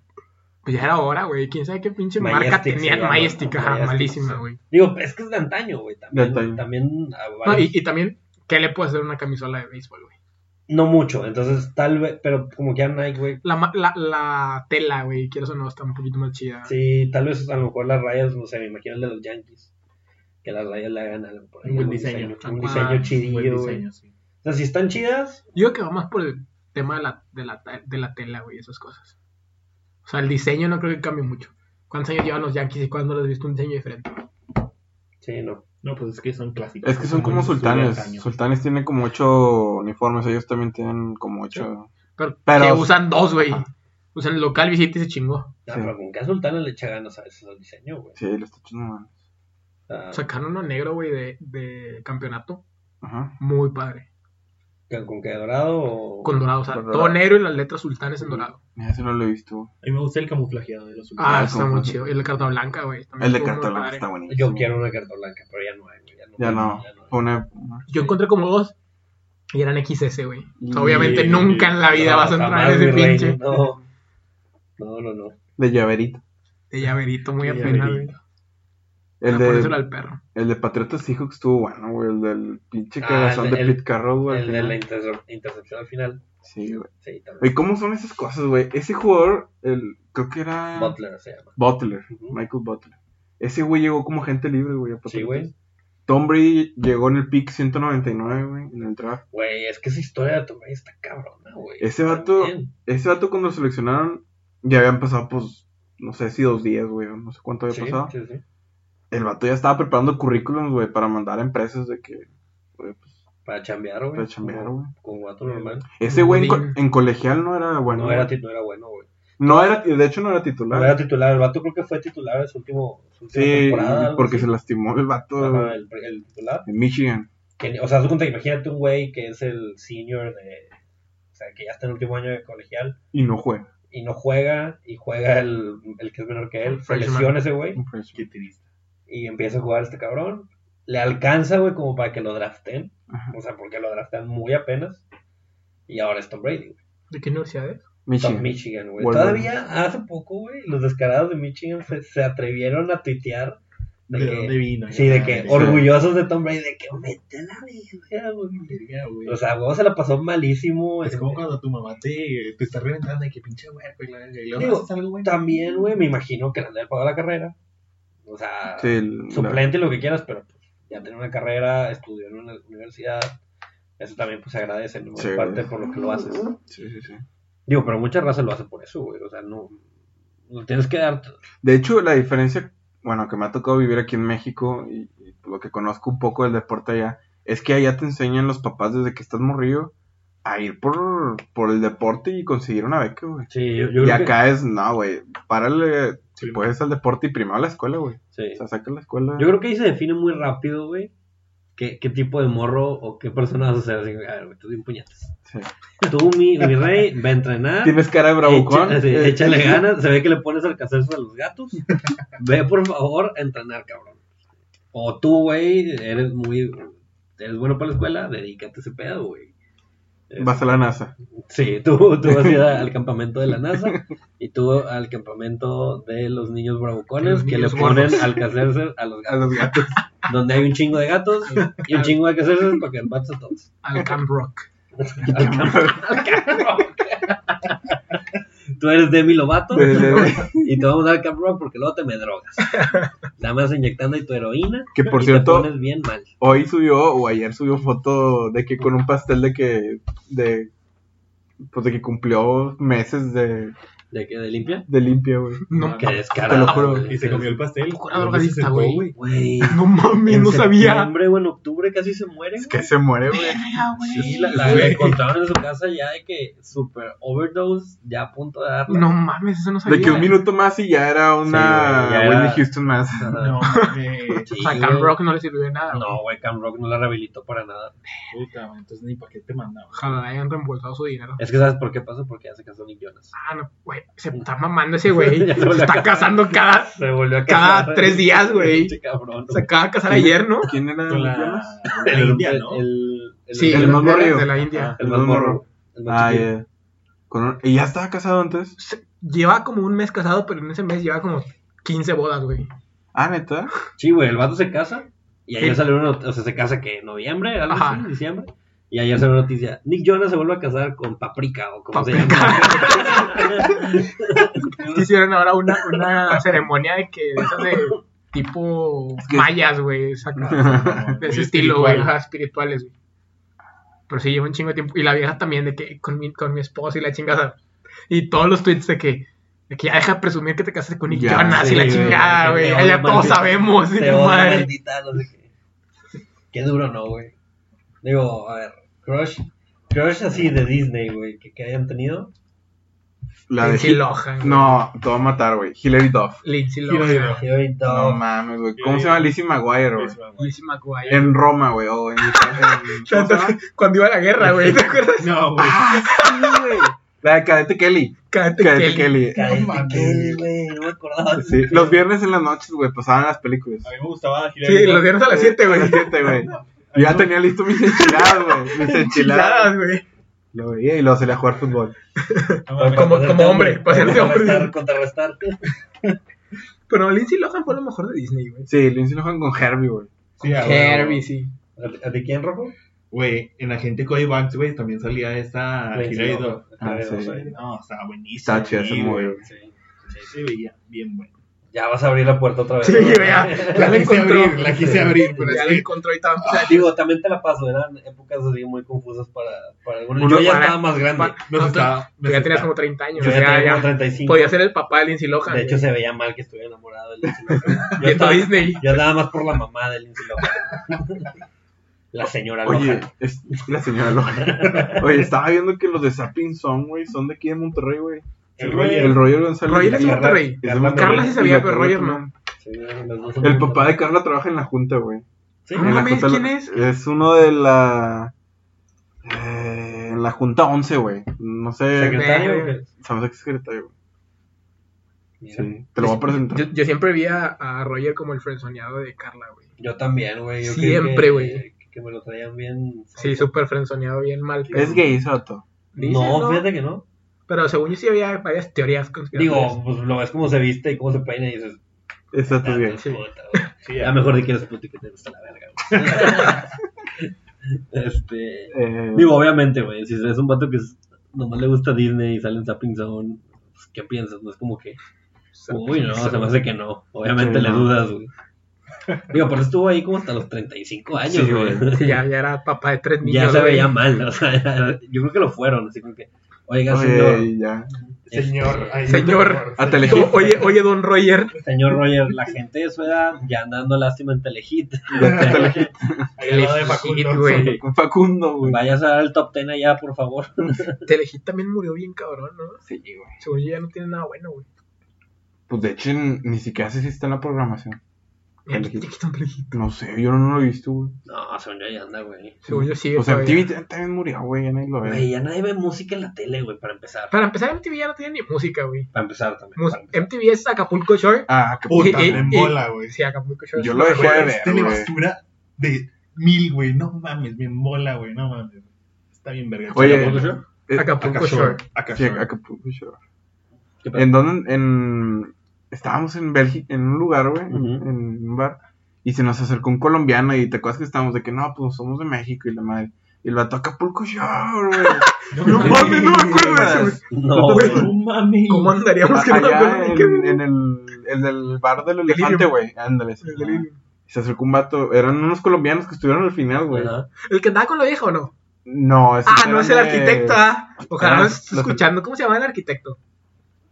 S2: Pues ya era hora, güey. Quién sabe qué pinche
S1: Majestic
S2: marca
S1: se
S2: tenían.
S1: llama,
S2: Majestic, ajá,
S1: Majestic,
S2: malísima,
S1: sí.
S2: güey.
S1: Digo, es que es de antaño, güey. También,
S4: De antaño.
S1: también a
S2: No, y,
S1: varios-
S2: y también, ¿qué le puede hacer una camisola de béisbol, güey?
S1: no mucho, entonces tal vez, pero como que a Nike, güey.
S2: La, ma- la, la tela, güey, quieras o no, está un poquito más chida.
S1: Sí, tal vez a lo mejor las rayas, no sé, me imagino el de los Yankees. Que las rayas le hagan algo por ahí.
S3: Un buen
S1: algún
S3: diseño.
S1: Un
S2: Ah,
S1: diseño chidillo,
S3: Buen
S1: güey.
S3: diseño, sí.
S1: O sea, si están chidas,
S2: Yo creo que va más por el tema de la, de la, de la tela, güey, esas cosas. O sea, el diseño no creo que cambie mucho. ¿Cuántos años llevan los Yankees y cuándo les has visto un diseño diferente?
S1: sí, no.
S3: No, pues es que son clásicos.
S4: Es que son como
S3: muy- muy
S4: sultanes.
S3: antaño.
S4: Sultanes tienen como ocho uniformes, ellos también tienen como ocho.
S2: Pero,
S4: Pero-
S2: que usan dos, güey.
S4: Ajá.
S2: Usan el local, visita y se chingó.
S1: Ah,
S4: Sí.
S1: pero con qué sultana le echa ganas a veces al diseño, güey.
S4: Sí, los tachos no mames.
S1: O sea,
S2: Sacaron uno negro, güey, de, de campeonato.
S4: Ajá.
S2: Muy padre.
S1: ¿con- ¿Con qué dorado o...?
S2: Con dorado, o sea,
S4: Con
S2: todo
S4: dorado.
S2: negro y las letras sultanes en
S1: Ujú.
S2: dorado.
S4: Ese no lo he visto.
S3: A mí me gusta el camuflajeado de los sultanes.
S2: Ah,
S4: Ah,
S2: está
S4: como
S2: muy
S4: fue.
S2: chido. Y la carta blanca, güey. también
S4: El de
S2: estuvo muy
S4: cartón
S2: padre.
S4: está buenísimo.
S1: Yo quiero una carta blanca, pero ya no hay, güey. Ya no,
S4: Ya no.
S1: ya no hay.
S4: Fue una.
S2: Yo encontré como dos y eran XS, güey. O sea,
S4: Y-
S2: Obviamente nunca en la vida
S1: No,
S2: vas a entrar
S1: jamás,
S2: en ese
S1: mi reina,
S2: pinche
S1: No, no, no. no.
S4: De llaverito.
S2: de llaverito muy
S3: De
S2: apenado.
S3: llaverito.
S4: El
S2: Ponérselo
S4: de,
S2: al perro.
S4: el de Patriotas Seahawks estuvo bueno, güey. El del pinche
S1: Ah,
S4: cagazón
S1: el
S4: de
S1: de-
S4: Pete Carroll, güey. al
S1: El de la
S4: final.
S1: intercep- intercepción al final.
S4: Sí, güey.
S1: Sí, también.
S4: Oye, ¿cómo son esas cosas, güey? Ese jugador, el, creo que era.
S1: Butler se llama.
S4: Butler,
S1: Ujú.
S4: Michael Butler. Ese güey llegó como gente libre, güey. a
S1: Sí,
S4: Patriotas.
S1: güey.
S4: Tom Brady llegó en el pick 199, güey, en el draft.
S1: Güey, es que esa historia de Tom Brady está cabrona, güey.
S4: Ese vato-
S1: También.
S4: Ese dato cuando lo seleccionaron, ya habían pasado, pues, no sé si dos días, güey, o no sé cuánto había
S1: Sí,
S4: pasado.
S1: sí, sí.
S4: El vato ya estaba preparando currículums, güey, para mandar a empresas de que, güey, pues,
S1: Para chambear, güey.
S4: para chambear, güey.
S1: Como vato normal.
S4: Ese güey en, co-
S2: Godín.
S4: en colegial no era bueno.
S1: no, era,
S4: güey.
S1: tit- no era bueno, güey.
S4: No era- de hecho no era
S1: No
S4: titular.
S1: era titular. El vato creo que fue titular en su, último, su última
S4: sí,
S1: temporada. algo
S4: porque
S1: así.
S4: se lastimó el vato
S1: Ajá, el, el titular.
S4: en Michigan.
S1: Que- o sea, haz de cuenta, imagínate un güey que es el senior de. O sea, que ya está en el último año de colegial
S4: Y no juega.
S1: y no juega, y juega el, el que es menor que él. Se
S2: Freshman.
S1: lesiona ese güey.
S4: Un freshman.
S3: Qué triste.
S1: y empieza a jugar este cabrón. Le alcanza, güey, como para que lo draften.
S4: Ajá.
S1: O sea, porque lo draftan muy apenas. Y ahora es Tom Brady, güey.
S2: ¿De qué universidad es?
S1: Tom
S4: Michigan.
S1: Michigan, güey.
S4: Wolverine.
S1: Todavía hace poco, güey, los descarados de Michigan se, se atrevieron a tuitear.
S3: ¿De,
S1: De que-
S3: dónde vino?
S1: Sí, de que
S3: Madre.
S1: orgullosos de Tom Brady, de que mete a la verga, güey.
S3: Verga, güey.
S1: O sea, güey, se la pasó malísimo. este, en-
S3: Es como cuando tu mamá te, te está reventando de que pinche huerco y la verga. Y luego
S1: Digo,
S3: haces algo bueno.
S1: También, güey, me imagino que le han de haber pagado la carrera. O sea,
S4: Sí, el- la-
S1: suplente y lo que quieras, pero pues, ya tiene una carrera, estudió en una universidad. Eso también pues se agradece, ¿no?
S4: Sí,
S1: Aparte
S4: güey.
S1: por lo que lo haces.
S4: Sí, sí, sí.
S1: Digo, pero mucha raza lo hace por eso, güey. O sea, no. no tienes que dar.
S4: De hecho, la diferencia, bueno, que me ha tocado vivir aquí en México y, y lo que conozco un poco del deporte allá, es que allá te enseñan los papás desde que estás morrido a ir por, por el deporte y conseguir una beca, güey.
S1: Sí, yo, yo creo
S4: Y
S1: que-
S4: acá es, no, güey, párale, si
S3: Sí.
S4: puedes al deporte y primero a la escuela, güey.
S1: sí.
S4: O sea, saca la escuela.
S1: Yo creo que ahí se define muy rápido, güey. Qué, qué tipo de morro o qué persona vas a ser. Así, a ver, güey, tú di un puñetas.
S4: Sí.
S1: Tú, mi, mi rey, va a entrenar.
S4: Tienes cara de bravucón.
S1: Echa- sí,
S4: eh,
S1: échale ganas, se ve que le pones al cacerzo a los gatos. Ve por favor a entrenar, cabrón. O tú, güey, eres muy. Eres bueno para la escuela, dedícate a ese pedo, güey. Es-
S4: Vas a la NASA.
S1: Sí, tú, tú vas a ir al campamento de la NASA y tú al campamento de los niños bravucones
S2: Los
S1: que
S2: niños
S1: le ponen
S2: gordos.
S1: al cacerzo a los
S4: A
S1: gatos.
S4: los gatos.
S1: Donde hay un chingo de gatos y un chingo de cacerces para que empates a todos.
S2: Al Camp Rock.
S1: Tú eres Demi Lovato.
S4: De- de- de-
S1: y te vamos a dar Camp Rock porque luego te me drogas. Nada más inyectando ahí tu heroína.
S4: Que por
S1: y
S4: cierto-
S1: Te pones bien mal.
S4: Hoy subió, o ayer subió foto de que con un pastel de que. de. Pues de que cumplió meses de,
S1: ¿De que ¿De limpia?
S4: de limpia, güey.
S2: No,
S1: Que descarado.
S4: Te lo juro.
S1: güey.
S3: Y se comió el pastel.
S2: Pura drogadicta, güey.
S1: Güey.
S2: no mames,
S1: en
S2: no sabía.
S1: septiembre o en octubre casi se muere.
S4: Es
S1: güey.
S4: que se muere, güey.
S2: Verga,
S1: Sí,
S2: güey.
S1: la, la encontraron en su casa ya de que super overdose, ya a punto de darla.
S2: No mames, eso no sabía.
S4: De que un minuto más y ya era una.
S1: Sí, güey, ya
S4: Whitney
S1: era-
S4: Houston más.
S1: Ajá.
S3: No, mames.
S1: Sí,
S2: O sea,
S1: güey.
S2: Camp Rock no le sirvió de nada. güey.
S1: No, güey, Cam Rock no la rehabilitó para nada.
S3: Puta, güey, entonces ni para qué te mandaba.
S2: Ojalá hayan reembolsado su dinero.
S1: Es que ¿sabes por qué pasó? Porque ya se casó Nick Jonas.
S2: Ah, no, güey. Se está mamando ese güey. Se
S1: Ya se volvió a casar.
S2: está casando cada.
S1: Se volvió a
S2: Cada
S1: casar.
S2: tres días, güey.
S1: Pinche cabrón,
S2: Se acaba de casar ayer, ¿no?
S4: ¿Quién era
S3: Con
S4: Nick Jonas?
S3: la, la India, ¿no?
S1: El, el-
S2: Sí,
S1: el,
S4: el más
S2: de la-
S4: morrillo.
S2: de la India.
S4: Ajá,
S1: el más morro. El más
S4: Ah,
S1: chiquillo.
S4: ya. Con un- ¿Y ya estaba casado antes?
S2: Se- Lleva como un mes casado, pero en ese mes lleva como 15 bodas, güey.
S4: Ah, neta.
S1: Sí, güey, el vato se casa y ayer
S2: Sí.
S1: salió una noticia, o sea, se casa que en noviembre, algo
S2: Ajá.
S1: así, diciembre. Y ayer salió una noticia, Nick Jonas se vuelve a casar con Paprika o como se
S2: Paprika.
S1: llama.
S2: Hicieron ahora una, una ceremonia de que de esas de tipo
S4: que-
S2: mayas, güey. saca- De ese estilo, güey. ajá, Espirituales, güey. Pero sí lleva un chingo de tiempo. Y la vieja también, de que con mi, con mi esposa y la chingada. Y todos los tweets de que, de que ya deja de presumir que te casaste con Nick
S4: Ya,
S2: Jonas
S4: sí,
S2: y la
S4: güey,
S2: chingada,
S1: que
S2: güey.
S1: te
S2: Ya,
S1: odio,
S2: todos
S1: maldita.
S2: sabemos. y
S1: Te
S2: la
S1: odio,
S2: madre.
S1: maldita, no sé qué. Qué duro, ¿no, güey? Digo, a ver, Crush, Crush así de Disney, güey, que, que hayan tenido.
S4: La de.
S2: Lindsay Lohan. güey.
S4: No, te va a matar, güey. Hilary Duff.
S2: Lindsay
S3: Hillary
S2: Lohan.
S1: Y ahorita,
S4: No mames, güey. ¿Cómo se llama Lizzie McGuire, güey?
S2: Lizzie McGuire.
S4: En Roma, güey. o en- en- ¿cómo se llama?
S2: Cuando iba a la guerra, güey. ¿Te acuerdas?
S3: No, güey.
S4: Ah, sí, güey. La de Cadete Kelly.
S2: Cállate,
S4: Cadete
S2: Kelly.
S4: Kelly.
S1: Cállate,
S3: mames.
S1: Kelly, güey, no me acordaba.
S4: Sí, los viernes en las noches, güey, pasaban las películas.
S3: A mí me gustaba Hillary
S2: Sí,
S3: Duff.
S2: los viernes a las 7, güey.
S4: Las siete, güey. Yo ya tenía listo mis enchiladas, güey. Mis enchiladas.
S2: Chiladas, güey.
S4: Lo veía y lo salía a jugar fútbol.
S3: No mames.
S2: Como-
S1: Para
S2: como hombre,
S1: para
S2: para ser hombre.
S1: contrarrestar- Contrarrestarte.
S2: Pero Lindsay Lohan fue lo mejor de Disney, güey.
S4: Sí, Lindsay Lohan con Herbie, güey.
S3: Sí, a huevo.
S2: Herbie, sí.
S1: ¿A- a ¿De quién, Rojo?
S3: Güey, en Agente Cody Banks, güey, también salía esta Hillary Duff.
S4: Ah, sí.
S3: No, estaba buenísimo.
S4: Está chido ese movie, güey.
S1: Sí.
S3: Se veía bien bueno.
S1: Ya vas a abrir la puerta otra vez.
S2: Sí,
S1: ¿verdad?
S2: vea, ya la encontró.
S3: la quise abrir, pero
S2: Ya
S3: es
S2: la
S3: que...
S2: encontró y estaba
S1: Digo, también te la paso, eran épocas así muy confusas para, para algunos.
S2: Uno
S1: Yo ya
S2: para-
S1: estaba más grande.
S2: Pa-
S3: Nos
S2: no,
S3: está-
S2: tú
S3: nos
S2: pues, ya
S3: está-
S2: tenías como 30 años.
S1: yo
S2: o sea,
S1: ya tenía
S2: ya
S1: como 35.
S2: Podía ser el papá de Lindsay Lohan.
S1: de hecho,
S2: güey.
S1: se veía mal que estuviera enamorado de Lindsay Lohan. Yo
S2: Viendo
S1: estaba-
S2: Disney.
S1: Yo andaba más por la mamá de Lindsay Lohan. La señora
S4: Oye,
S1: Lohan.
S4: es la señora Lohan. Oye, estaba viendo que los de Sapping Son, güey, son de aquí de Monterrey, güey.
S1: El
S3: Roger.
S4: El Roger González.
S2: Roger
S4: de
S2: es
S4: Carla-
S2: Monterrey.
S4: de Monterrey.
S2: Carla sí
S4: Y
S2: sabía,
S4: la
S2: pero
S4: Carla
S2: Roger
S4: también.
S2: no.
S1: Sí, las dos son
S4: El
S1: muy-
S4: papá de Carla trabaja en la junta, güey.
S1: Sí.
S2: No
S4: En la
S2: mames,
S4: junta-
S2: ¿quién es?
S4: Es uno de la. eh, en la junta 11, güey. No sé.
S1: Secretario.
S2: Verga.
S4: Sabes que es secretario, güey.
S1: Mira,
S4: Sí, te lo voy a presentar.
S2: Yo, yo siempre vi a, a Roger como el frenzoneado de Carla, güey.
S1: Yo también, güey. yo
S2: Siempre,
S1: creo que-
S2: güey.
S1: Que, me lo traían bien.
S2: Sí, súper frenzoneado, bien mal. pero-
S4: Es gay, Sato.
S2: Dicen,
S1: no,
S2: ¿no?
S1: fíjate que no.
S2: Pero según yo sí había varias teorías conspiratorias.
S1: Digo, pues lo ves cómo se viste y cómo se peina y dices, "Ah,
S4: Exacto, es gay.
S1: "Puta, güey".
S3: Sí,
S1: Ya mejor de que eres puto y que te gusta la verga. güey. este.
S4: Eh,
S1: Digo, obviamente, güey, si es un vato que es- nomás le gusta Disney y sale en Zapping Zone, pues, ¿qué piensas? No es como que, uy, no, se me hace que no. Obviamente
S4: Sí,
S1: le
S4: no.
S1: dudas, güey. Digo, pero estuvo ahí como hasta los 35 años,
S4: Sí,
S1: güey.
S4: güey.
S2: Sí, ya, ya era papá de tres niños.
S1: ya se
S2: güey.
S1: veía mal, o sea, ya- yo creo que lo fueron, así como que, oiga, señor,
S4: Oye, ya.
S1: este,
S3: Señor, ay,
S2: Señor.
S4: Ah, te elegí.
S2: O- Oye, oye, don Roger.
S1: señor Roger, la gente de su edad ya andando lástima en Telehit,
S4: Ya te elegí.
S3: Ahí al lado de
S2: Sí,
S3: Facundo.
S2: güey.
S4: Con Facundo, güey.
S1: vayas a dar el top 10 allá, por favor.
S2: Telehit también murió bien cabrón, ¿no?
S4: Sí, güey.
S2: Según yo ya no tiene nada bueno, güey.
S4: Pues de hecho, n- ni siquiera sé si está en la programación.
S2: Ya le
S4: Telehit.
S2: quitan Telehit.
S4: No sé, yo no lo he visto, güey.
S1: No, según yo ya anda, güey.
S2: Según yo sí.
S4: O sea,
S2: todavía.
S4: MTV t- también murió, güey. Ya nadie lo
S1: Güey,
S4: ve.
S1: ya nadie ve música en la tele, güey, para empezar.
S2: Para empezar, MTV ya no tiene ni música, güey.
S1: Para empezar también.
S2: Ah. Mus-
S1: para empezar.
S2: MTV es Acapulco Shore.
S4: Ah, qué
S3: Puta,
S2: Y- y-
S3: me embola, güey.
S2: Sí, Acapulco Shore.
S4: Yo
S2: es
S4: lo
S2: una
S4: dejé de
S2: joya.
S4: ver,
S3: Tele
S4: güey.
S3: basura de mil, güey. No mames, me embola, güey. No mames. Está bien verga.
S4: Oye,
S3: Acapulco Shore.
S4: Eh,
S2: Acapulco Shore.
S3: Acashore.
S4: Sí,
S3: Acashore.
S4: Acapulco Shore.
S1: ¿Qué pedo?
S4: En donde en estábamos en Bélgica, en un lugar, güey, en-
S1: Ujú.
S4: en un bar, y se nos acercó un colombiano y te acuerdas que estábamos de que no, pues somos de México y la madre. Y el vato Acapulco Shore, güey. no mames, no me acuerdo de eso, güey.
S1: No,
S2: güey.
S1: güey.
S3: mames.
S2: ¿Cómo andaríamos que no
S4: Allá
S2: acuerdo ni qué-
S4: en, en el, el del bar del elefante,
S2: Delirium.
S4: güey. Ándale. sí.
S2: El del-
S4: Se acercó un vato, eran unos colombianos que estuvieron al final, güey.
S1: Ajá.
S2: ¿El que andaba con la vieja o no?
S4: No, esos
S2: Ah, no es el
S4: eran de-
S2: arquitecto, ah. Ojalá
S4: Ah,
S2: no estés
S4: los-
S2: escuchando. ¿Cómo se llama el arquitecto?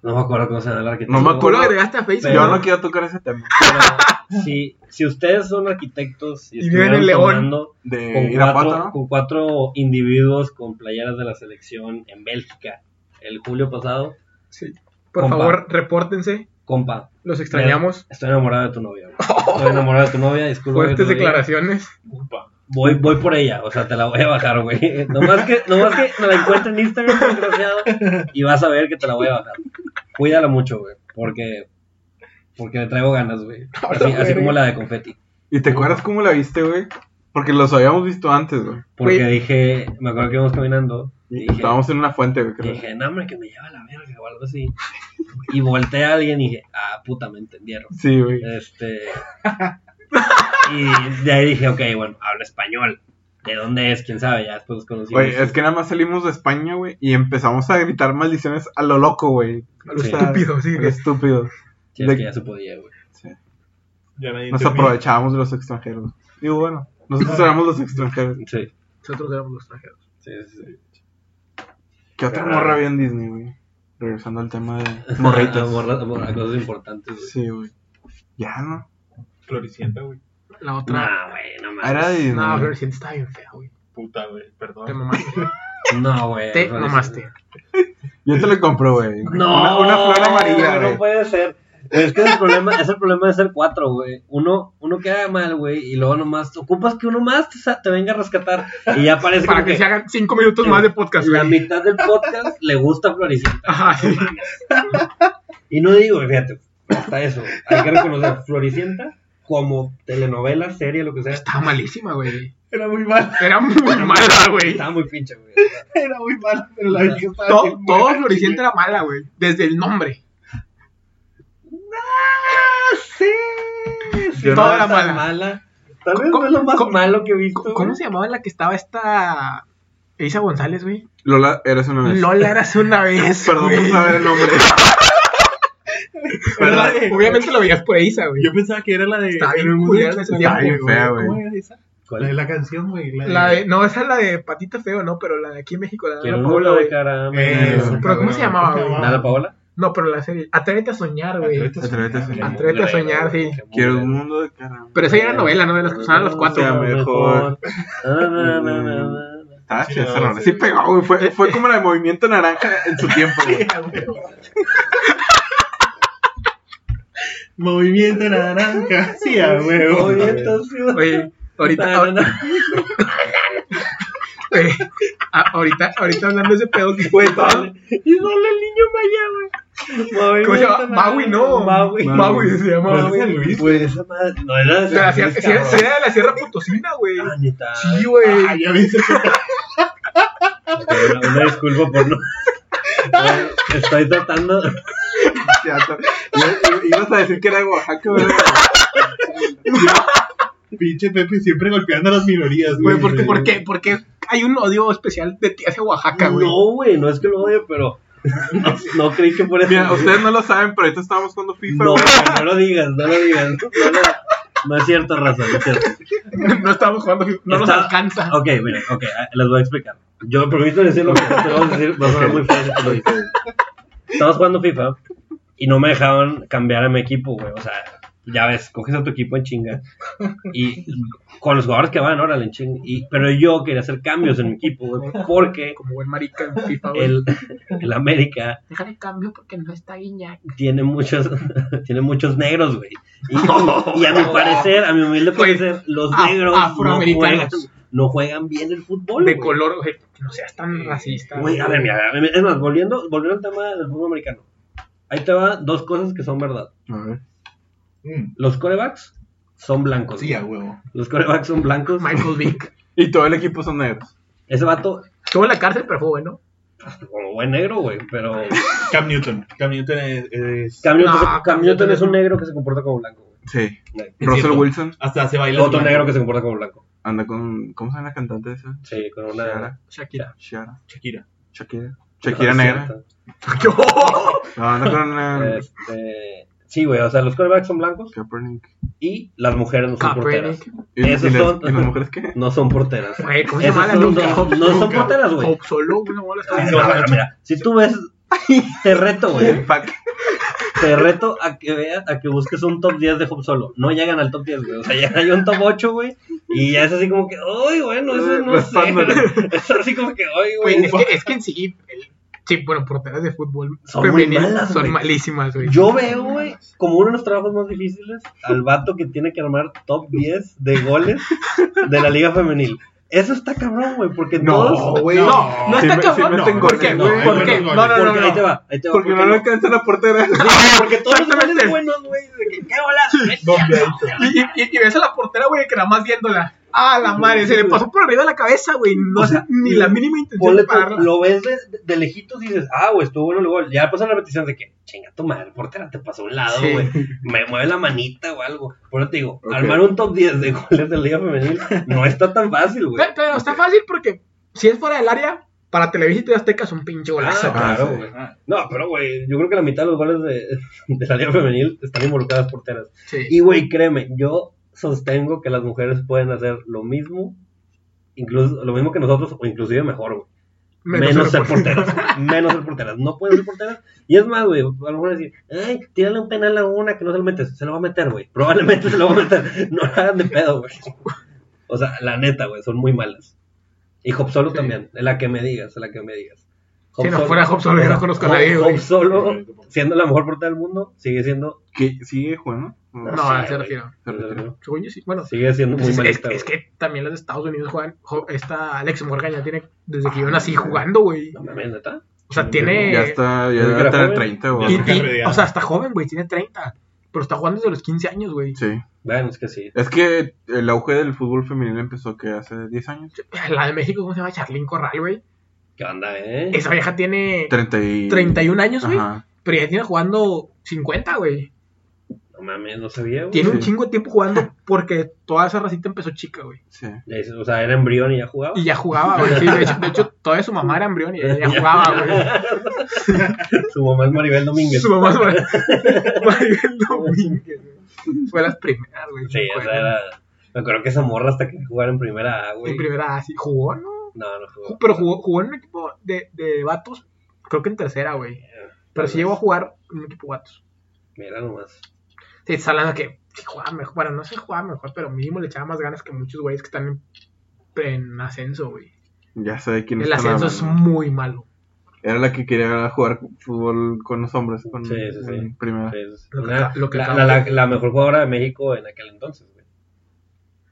S1: No me acuerdo cómo se llama el arquitecto.
S4: No me
S2: Tú
S4: acuerdo.
S2: lo agregaste a Facebook.
S4: Pues, Yo
S1: Pero-
S4: no quiero tocar ese tema.
S1: Pero si, si ustedes son arquitectos y,
S2: Y viven en
S1: estuvieron
S2: León.
S1: tomando
S4: De
S1: con
S4: Eh, Irapuato,
S1: cuatro,
S4: ¿no?
S1: con cuatro individuos con playeras de la selección en Bélgica el julio pasado,
S2: Sí. Por
S1: Compa.
S2: favor, repórtense.
S1: compa,
S2: Los extrañamos.
S1: estoy enamorado de tu novia. güey. Estoy enamorado de tu novia, disculpa. que
S2: Fuertes
S1: te lo diga.
S2: declaraciones.
S3: Upa.
S1: Voy, voy por ella, o sea, te la voy a bajar, güey. Nomás que, nomás que me la encuentre en Instagram, desgraciado, y vas a ver que te la voy a bajar. Cuídala mucho, güey, porque, porque me traigo ganas, güey. Así,
S2: Ahora,
S1: así
S2: güey.
S1: como la de confeti.
S4: ¿Y te acuerdas cómo la viste, güey? Porque los habíamos visto antes, güey.
S1: Porque
S2: Güey.
S1: dije, me acuerdo que íbamos caminando, y dije,
S4: Estábamos en una fuente, güey.
S1: y
S4: creo.
S1: dije, no, hombre, que me lleva a la verga o algo así. Y volteé a alguien y dije, ah, puta, me entendieron.
S4: Sí, güey.
S1: Este. Y de ahí dije, ok, bueno, habla español. ¿De dónde es? ¿Quién sabe? Ya después los conocí.
S4: Oye, es que nada más salimos de España, güey, y empezamos a gritar maldiciones a lo loco, güey.
S2: A lo
S1: Sí.
S2: estúpido, sí.
S4: A lo estúpido.
S1: Sí, es que
S4: de-
S1: ya se podía, güey.
S3: Ya nadie
S4: Nos
S3: te mira.
S4: aprovechábamos de los extranjeros. Digo, bueno, nosotros éramos los extranjeros.
S1: Sí,
S2: Nosotros éramos los extranjeros.
S1: sí, sí.
S4: ¿Qué
S2: Ah.
S4: otra
S1: Caray.
S4: morra había en Disney, güey? Regresando al tema de
S1: A,
S4: morritas.
S1: morra- a morra- a cosas importantes, güey.
S4: Sí, güey. Ya, ¿no?
S3: Floricienta, güey.
S2: La otra.
S1: No, güey, no
S4: Ah, Era de
S1: mames.
S4: Disney.
S2: No,
S4: güey.
S2: pero siento estaba bien fea, güey.
S3: Puta, güey.
S4: Ah.
S3: Perdón.
S2: Te mamaste.
S1: No, güey.
S2: Te
S1: no,
S2: mamaste.
S4: Yo te lo compro, güey.
S1: No,
S4: Una, una flor amarilla,
S1: güey,
S4: güey.
S1: No pues. puede ser. Es que es el problema, es el problema de ser cuatro, güey. Uno, uno queda mal, güey, y luego nomás ocupas que uno más te, sa- te venga a rescatar y ya parece
S2: Para
S1: como
S2: que se hagan cinco minutos más de podcast,
S1: La
S2: güey.
S1: mitad del podcast le gusta Floricienta.
S2: Ajá, sí.
S1: Y no digo, fíjate, hasta eso. Hay que reconocer Floricienta como telenovela, serie, lo que sea.
S2: Estaba malísima, güey.
S3: Era muy mal.
S2: Era muy mala, güey.
S1: Estaba muy pinche, güey.
S3: Era muy mal. Pero la vi que estaba
S2: Todo,
S3: bien
S2: todo
S3: buena,
S2: Floricienta era mala, güey. Desde el nombre.
S1: Sí,
S2: Yo no-
S1: toda la
S2: Ah, Toda
S1: mala.
S2: mala.
S1: Tal vez no
S2: ¿Cómo-
S1: es lo más
S2: cómo-
S1: malo que he visto.
S2: Co-
S1: güey.
S2: ¿Cómo se llamaba la que estaba esta. Elisa González, güey?
S4: Lola, eres una vez.
S2: Lola eras una vez.
S4: Perdón por
S2: güey.
S4: saber el nombre.
S2: Pero la-
S3: Perdón.
S2: Obviamente lo veías por Elisa, güey.
S3: Yo pensaba que era la de.
S2: Está bien
S3: en el mundo
S2: culera
S3: hecho
S2: esa
S3: de hambre,
S4: bien fea,
S3: ¿Cómo
S4: güey.
S3: era esa?
S1: ¿Cuál?
S3: La de la canción, güey.
S2: La de, no, esa es la de Patito Feo, no, pero la de aquí en México, la de
S1: Quiero
S2: Ana
S1: un
S2: Paola,
S1: bola de
S2: güey.
S1: caramelo.
S4: Eso.
S2: eh, Pero ¿cómo se llamaba, güey?
S1: ¿Nada, Paola?
S2: No, pero la serie. Atrévete a soñar, güey.
S4: Atrévete a soñar.
S2: Atrévete a soñar, sí.
S4: Quiero un mundo de caramelo.
S2: Pero esa ya era novela, ¿no? De las que usaban los cuatro.
S4: Sea mejor.
S1: Pero
S4: Estaba
S3: Sí,
S4: chida
S3: no,
S4: esa rola.
S3: sí.
S4: Ah, Sí pegó, güey. Fue, fue como la de Movimiento Naranja en su tiempo, güey.
S3: Movimiento naranja. Sí, a huevo.
S2: Oye, ahorita, ahorita, oye, Eh, a- ahorita, ahorita hablando de ese pedo que fue todo.
S1: Y sale el niño maya, güey.
S2: ¿Cómo se llama? Maui, no.
S1: Maui.
S2: Maui se
S3: Pero
S2: llama.
S3: ese es Luis.
S1: Pues esa madre. No, era
S2: De la Sierra-
S1: Luis,
S2: sí,
S1: cabrón.
S2: sí era de la Sierra Potosina, güey.
S1: Ah, neta.
S2: Sí, güey.
S3: Ah, ya viste.
S1: Una, una disculpa por no. Estoy tratando.
S4: Ya está. I- i- Ibas a decir que era de Oaxaca, güey.
S3: Pinche Pepe siempre golpeando a las minorías, güey.
S2: Güey, ¿por qué, por qué? ¿Por qué hay un odio especial de ti hacia Oaxaca, güey?
S1: No, güey, no es que lo odie, pero. No, no creí que por eso.
S4: Mira, ustedes no lo saben, pero ahorita estábamos jugando FIFA,
S1: No,
S4: güey.
S1: no lo digas, no lo digas. No lo, No es cierto, raza, no es cierto.
S2: No estamos jugando, no nos
S1: Está-
S2: alcanza.
S1: Ok, miren, ok, ah, les voy a explicar. Yo me permito decir lo que te voy a decir, va a sonar muy fácil que lo dice. Estabas jugando FIFA y no me dejaban cambiar a mi equipo, güey. O sea, ya ves, coges a tu equipo en chinga y con los jugadores que van, órale, en chinga. Y, pero yo quería hacer cambios en mi equipo, güey, porque
S2: Como buen marica en FIFA, güey.
S1: el, el América
S2: Déjale cambio porque no está Guiñac.
S1: tiene muchos, tiene muchos negros, güey. Y, y a mi parecer, a mi humilde
S2: Güey,
S1: parecer, los
S2: af-
S1: negros no juegan,
S2: afroamericanos.
S1: no juegan bien el fútbol,
S2: De
S1: güey.
S2: color, güey. que No seas tan racista.
S1: Güey, a ver, mira, a ver, es más, volviendo, volviendo al tema del fútbol americano. Ahí te va dos cosas que son verdad.
S4: A ver.
S3: Mm,
S1: Los corebacks son blancos.
S3: sí, a huevo.
S1: Los corebacks son blancos.
S2: Michael Vick.
S4: Y todo el equipo son negros.
S1: Ese vato,
S2: Estuvo en la cárcel, pero fue bueno.
S1: como buen negro, güey, pero...
S3: Cam Newton. Cam Newton es. es-
S1: Cam Newton,
S2: No,
S1: se-
S2: Cam
S1: Cam
S2: Newton
S1: Newton es
S2: es un-
S1: un negro que se comporta como blanco, güey.
S4: Sí.
S3: es
S4: Russell
S3: cierto.
S4: Wilson
S3: Hasta se baila.
S1: Otro negro que se comporta como blanco.
S4: anda con. ¿Cómo se llama la cantante esa?
S1: Sí, con una...
S4: Shakira.
S2: Shakira.
S4: Shakira.
S3: Shakira.
S4: Shakira. Shakira negra. No, anda con una.
S1: Este, Sí, güey, o sea, los corebacks son blancos
S4: Kaepernick.
S1: y las mujeres no
S2: Ah,
S1: son porteras.
S2: Kaepernick.
S4: ¿Y, y las,
S1: Esos son-
S4: ¿Y las mujeres qué?
S1: No son porteras.
S2: Güey, ¿cómo se
S1: Esas
S2: llama la
S1: son
S2: nunca?
S1: dos-
S2: Hope
S1: no son
S2: Solo.
S1: porteras, güey.
S2: Hope Solo, una bola está-
S1: No, mira, mira, si tú ves, te reto, güey.
S4: Fuck.
S1: Te reto a que veas, a que busques un top 10 de Hop Solo. No llegan al top 10, güey. O sea, ya hay un top 8, güey. Y ya es así como que, uy, bueno, eso
S4: Eh,
S1: no
S4: los
S1: sé.
S4: Sandman.
S1: Es así como que, uy,
S2: Güey,
S1: güey.
S2: es, que, es que en sí, el- sí, bueno, porteras de fútbol
S1: Son muy
S2: femenil
S1: malas,
S2: son
S1: güey.
S2: malísimas, güey.
S1: Yo veo, güey, como uno de los trabajos más difíciles al vato que tiene que armar top 10 de goles de la Liga Femenil. Eso está cabrón, güey, porque todos.
S4: güey.
S2: No, no
S4: Sí me-
S2: está
S4: ¿eh? sí
S2: cabrón.
S4: me
S2: No,
S4: hacen
S2: ¿Por qué?
S4: goles, no,
S2: güey?
S4: hay
S2: ¿Por qué? No,
S3: buenos goles.
S2: no, no.
S1: porque ahí te
S2: no.
S1: va, ahí te va.
S4: Porque no le
S1: no-
S4: alcanza la portera.
S1: porque todos los goles
S2: Exactamente.
S1: buenos, güey. de que, ¿Qué bola?
S2: Y, y- y ves a la portera, güey, que nada más viéndola. Ah, la madre, se le pasó por arriba de la cabeza, güey. No
S1: O
S2: hace
S1: sea,
S2: ni la mínima intención
S1: Ponle
S2: de
S1: tú,
S2: pararla.
S1: lo ves de, de lejitos y dices, ah, güey, estuvo bueno el gol. Ya pasa la repetición de que, chinga tu madre, portera, te pasó a un lado,
S2: Sí.
S1: güey. Me mueve la manita o algo. Por eso te digo,
S4: Ok.
S1: armar un top 10 de goles de Liga Femenil no está tan fácil, güey.
S2: Pe- Pero está fácil porque si es fuera del área, para Televisa y TV Azteca es un pinche
S1: Ah,
S2: golazo.
S1: claro,
S4: sí.
S1: güey. No, pero, güey, yo creo que la mitad de los goles de, de la Liga Femenil están involucradas porteras.
S2: Sí.
S1: Y, güey, créeme, yo sostengo que las mujeres pueden hacer lo mismo, incluso lo mismo que nosotros, o inclusive mejor, güey. Menos, ser porteras. menos ser porteras. No pueden ser porteras. Y es más, güey, a lo mejor decir, ay, tírale un penal a una que no se lo metes. Se lo va a meter, güey. Probablemente se lo va a meter. No la hagan de pedo, güey. O sea, la neta, güey, son muy malas. Y Hop Solo
S2: Sí.
S1: también. La que me digas, la que me digas.
S2: Si no fuera Hop Solo, yo no conozco a nadie,
S1: Hop
S2: güey.
S1: Solo, siendo la mejor portera del mundo, sigue siendo.
S4: ¿Qué? ¿Sigue jugando?
S2: No,
S1: Sí,
S2: a ese
S1: güey.
S2: refiero. Según yo sí. Bueno,
S1: Sigue siendo muy
S2: es, es-
S1: malita.
S2: es
S1: güey.
S2: que también los de Estados Unidos juegan. jo- Esta Alex Morgan ya tiene. Desde que yo nací jugando, güey.
S1: No mames, neta.
S2: O sea, tiene.
S4: Ya está,
S1: Desde
S4: ya
S1: que
S4: debe
S1: era
S4: estar en
S1: joven.
S4: 30 o
S2: y-
S3: Ya
S4: algo.
S3: está
S2: y-
S3: rodeado.
S2: o sea, está joven, güey. Tiene 30. Pero está jugando desde los 15 años, güey.
S4: Sí.
S1: Bueno, es que sí.
S4: Es que el auge del fútbol femenil empezó que hace 10 años.
S2: La de México, ¿cómo se llama? Charlín Corral, güey.
S1: ¿Qué onda, eh?
S2: Esa vieja tiene
S4: 30 y...
S2: 31 años, güey.
S4: Ajá.
S2: Pero ya tiene jugando 50, güey.
S1: No mames, no sabía, güey.
S2: Tiene un
S4: Sí.
S2: chingo de tiempo jugando porque toda esa racita empezó chica, güey.
S4: Sí.
S1: Es- O sea, era embrión y ya jugaba.
S2: Y ya jugaba, güey. Sí, de, hecho, de hecho, todavía su mamá era embrión y ella ya jugaba, güey.
S1: Su mamá es Maribel Domínguez.
S2: Su mamá fue Maribel Domínguez, güey. Fue las primeras, güey.
S1: Sí,
S2: me
S1: o sea,
S2: acuerdo.
S1: era... Me acuerdo que esa morra hasta que jugara en primera A, güey.
S2: En primera, así. Jugó, ¿no?
S1: No, no jugó.
S2: Pero jugó, jugó en un equipo de, de vatos, creo que en tercera, güey. Pero sí llegó a jugar en un equipo de vatos.
S1: Mira nomás.
S2: Sí, está hablando que sí jugaba mejor. Bueno, no se jugaba mejor, pero mínimo le echaba más ganas que muchos güeyes que están en, en ascenso, güey.
S4: Ya sé de quién
S2: El
S4: están
S2: ascenso es
S4: hablando.
S2: muy malo.
S4: Era la que quería jugar fútbol con los hombres. Con
S1: Sí, sí, sí.
S4: en primera.
S1: Pues,
S2: Ah, Lo que
S1: una-
S2: ca- lo que
S1: la,
S2: acabo
S1: la-
S2: de-
S1: la- la mejor jugadora de México en aquel entonces, güey.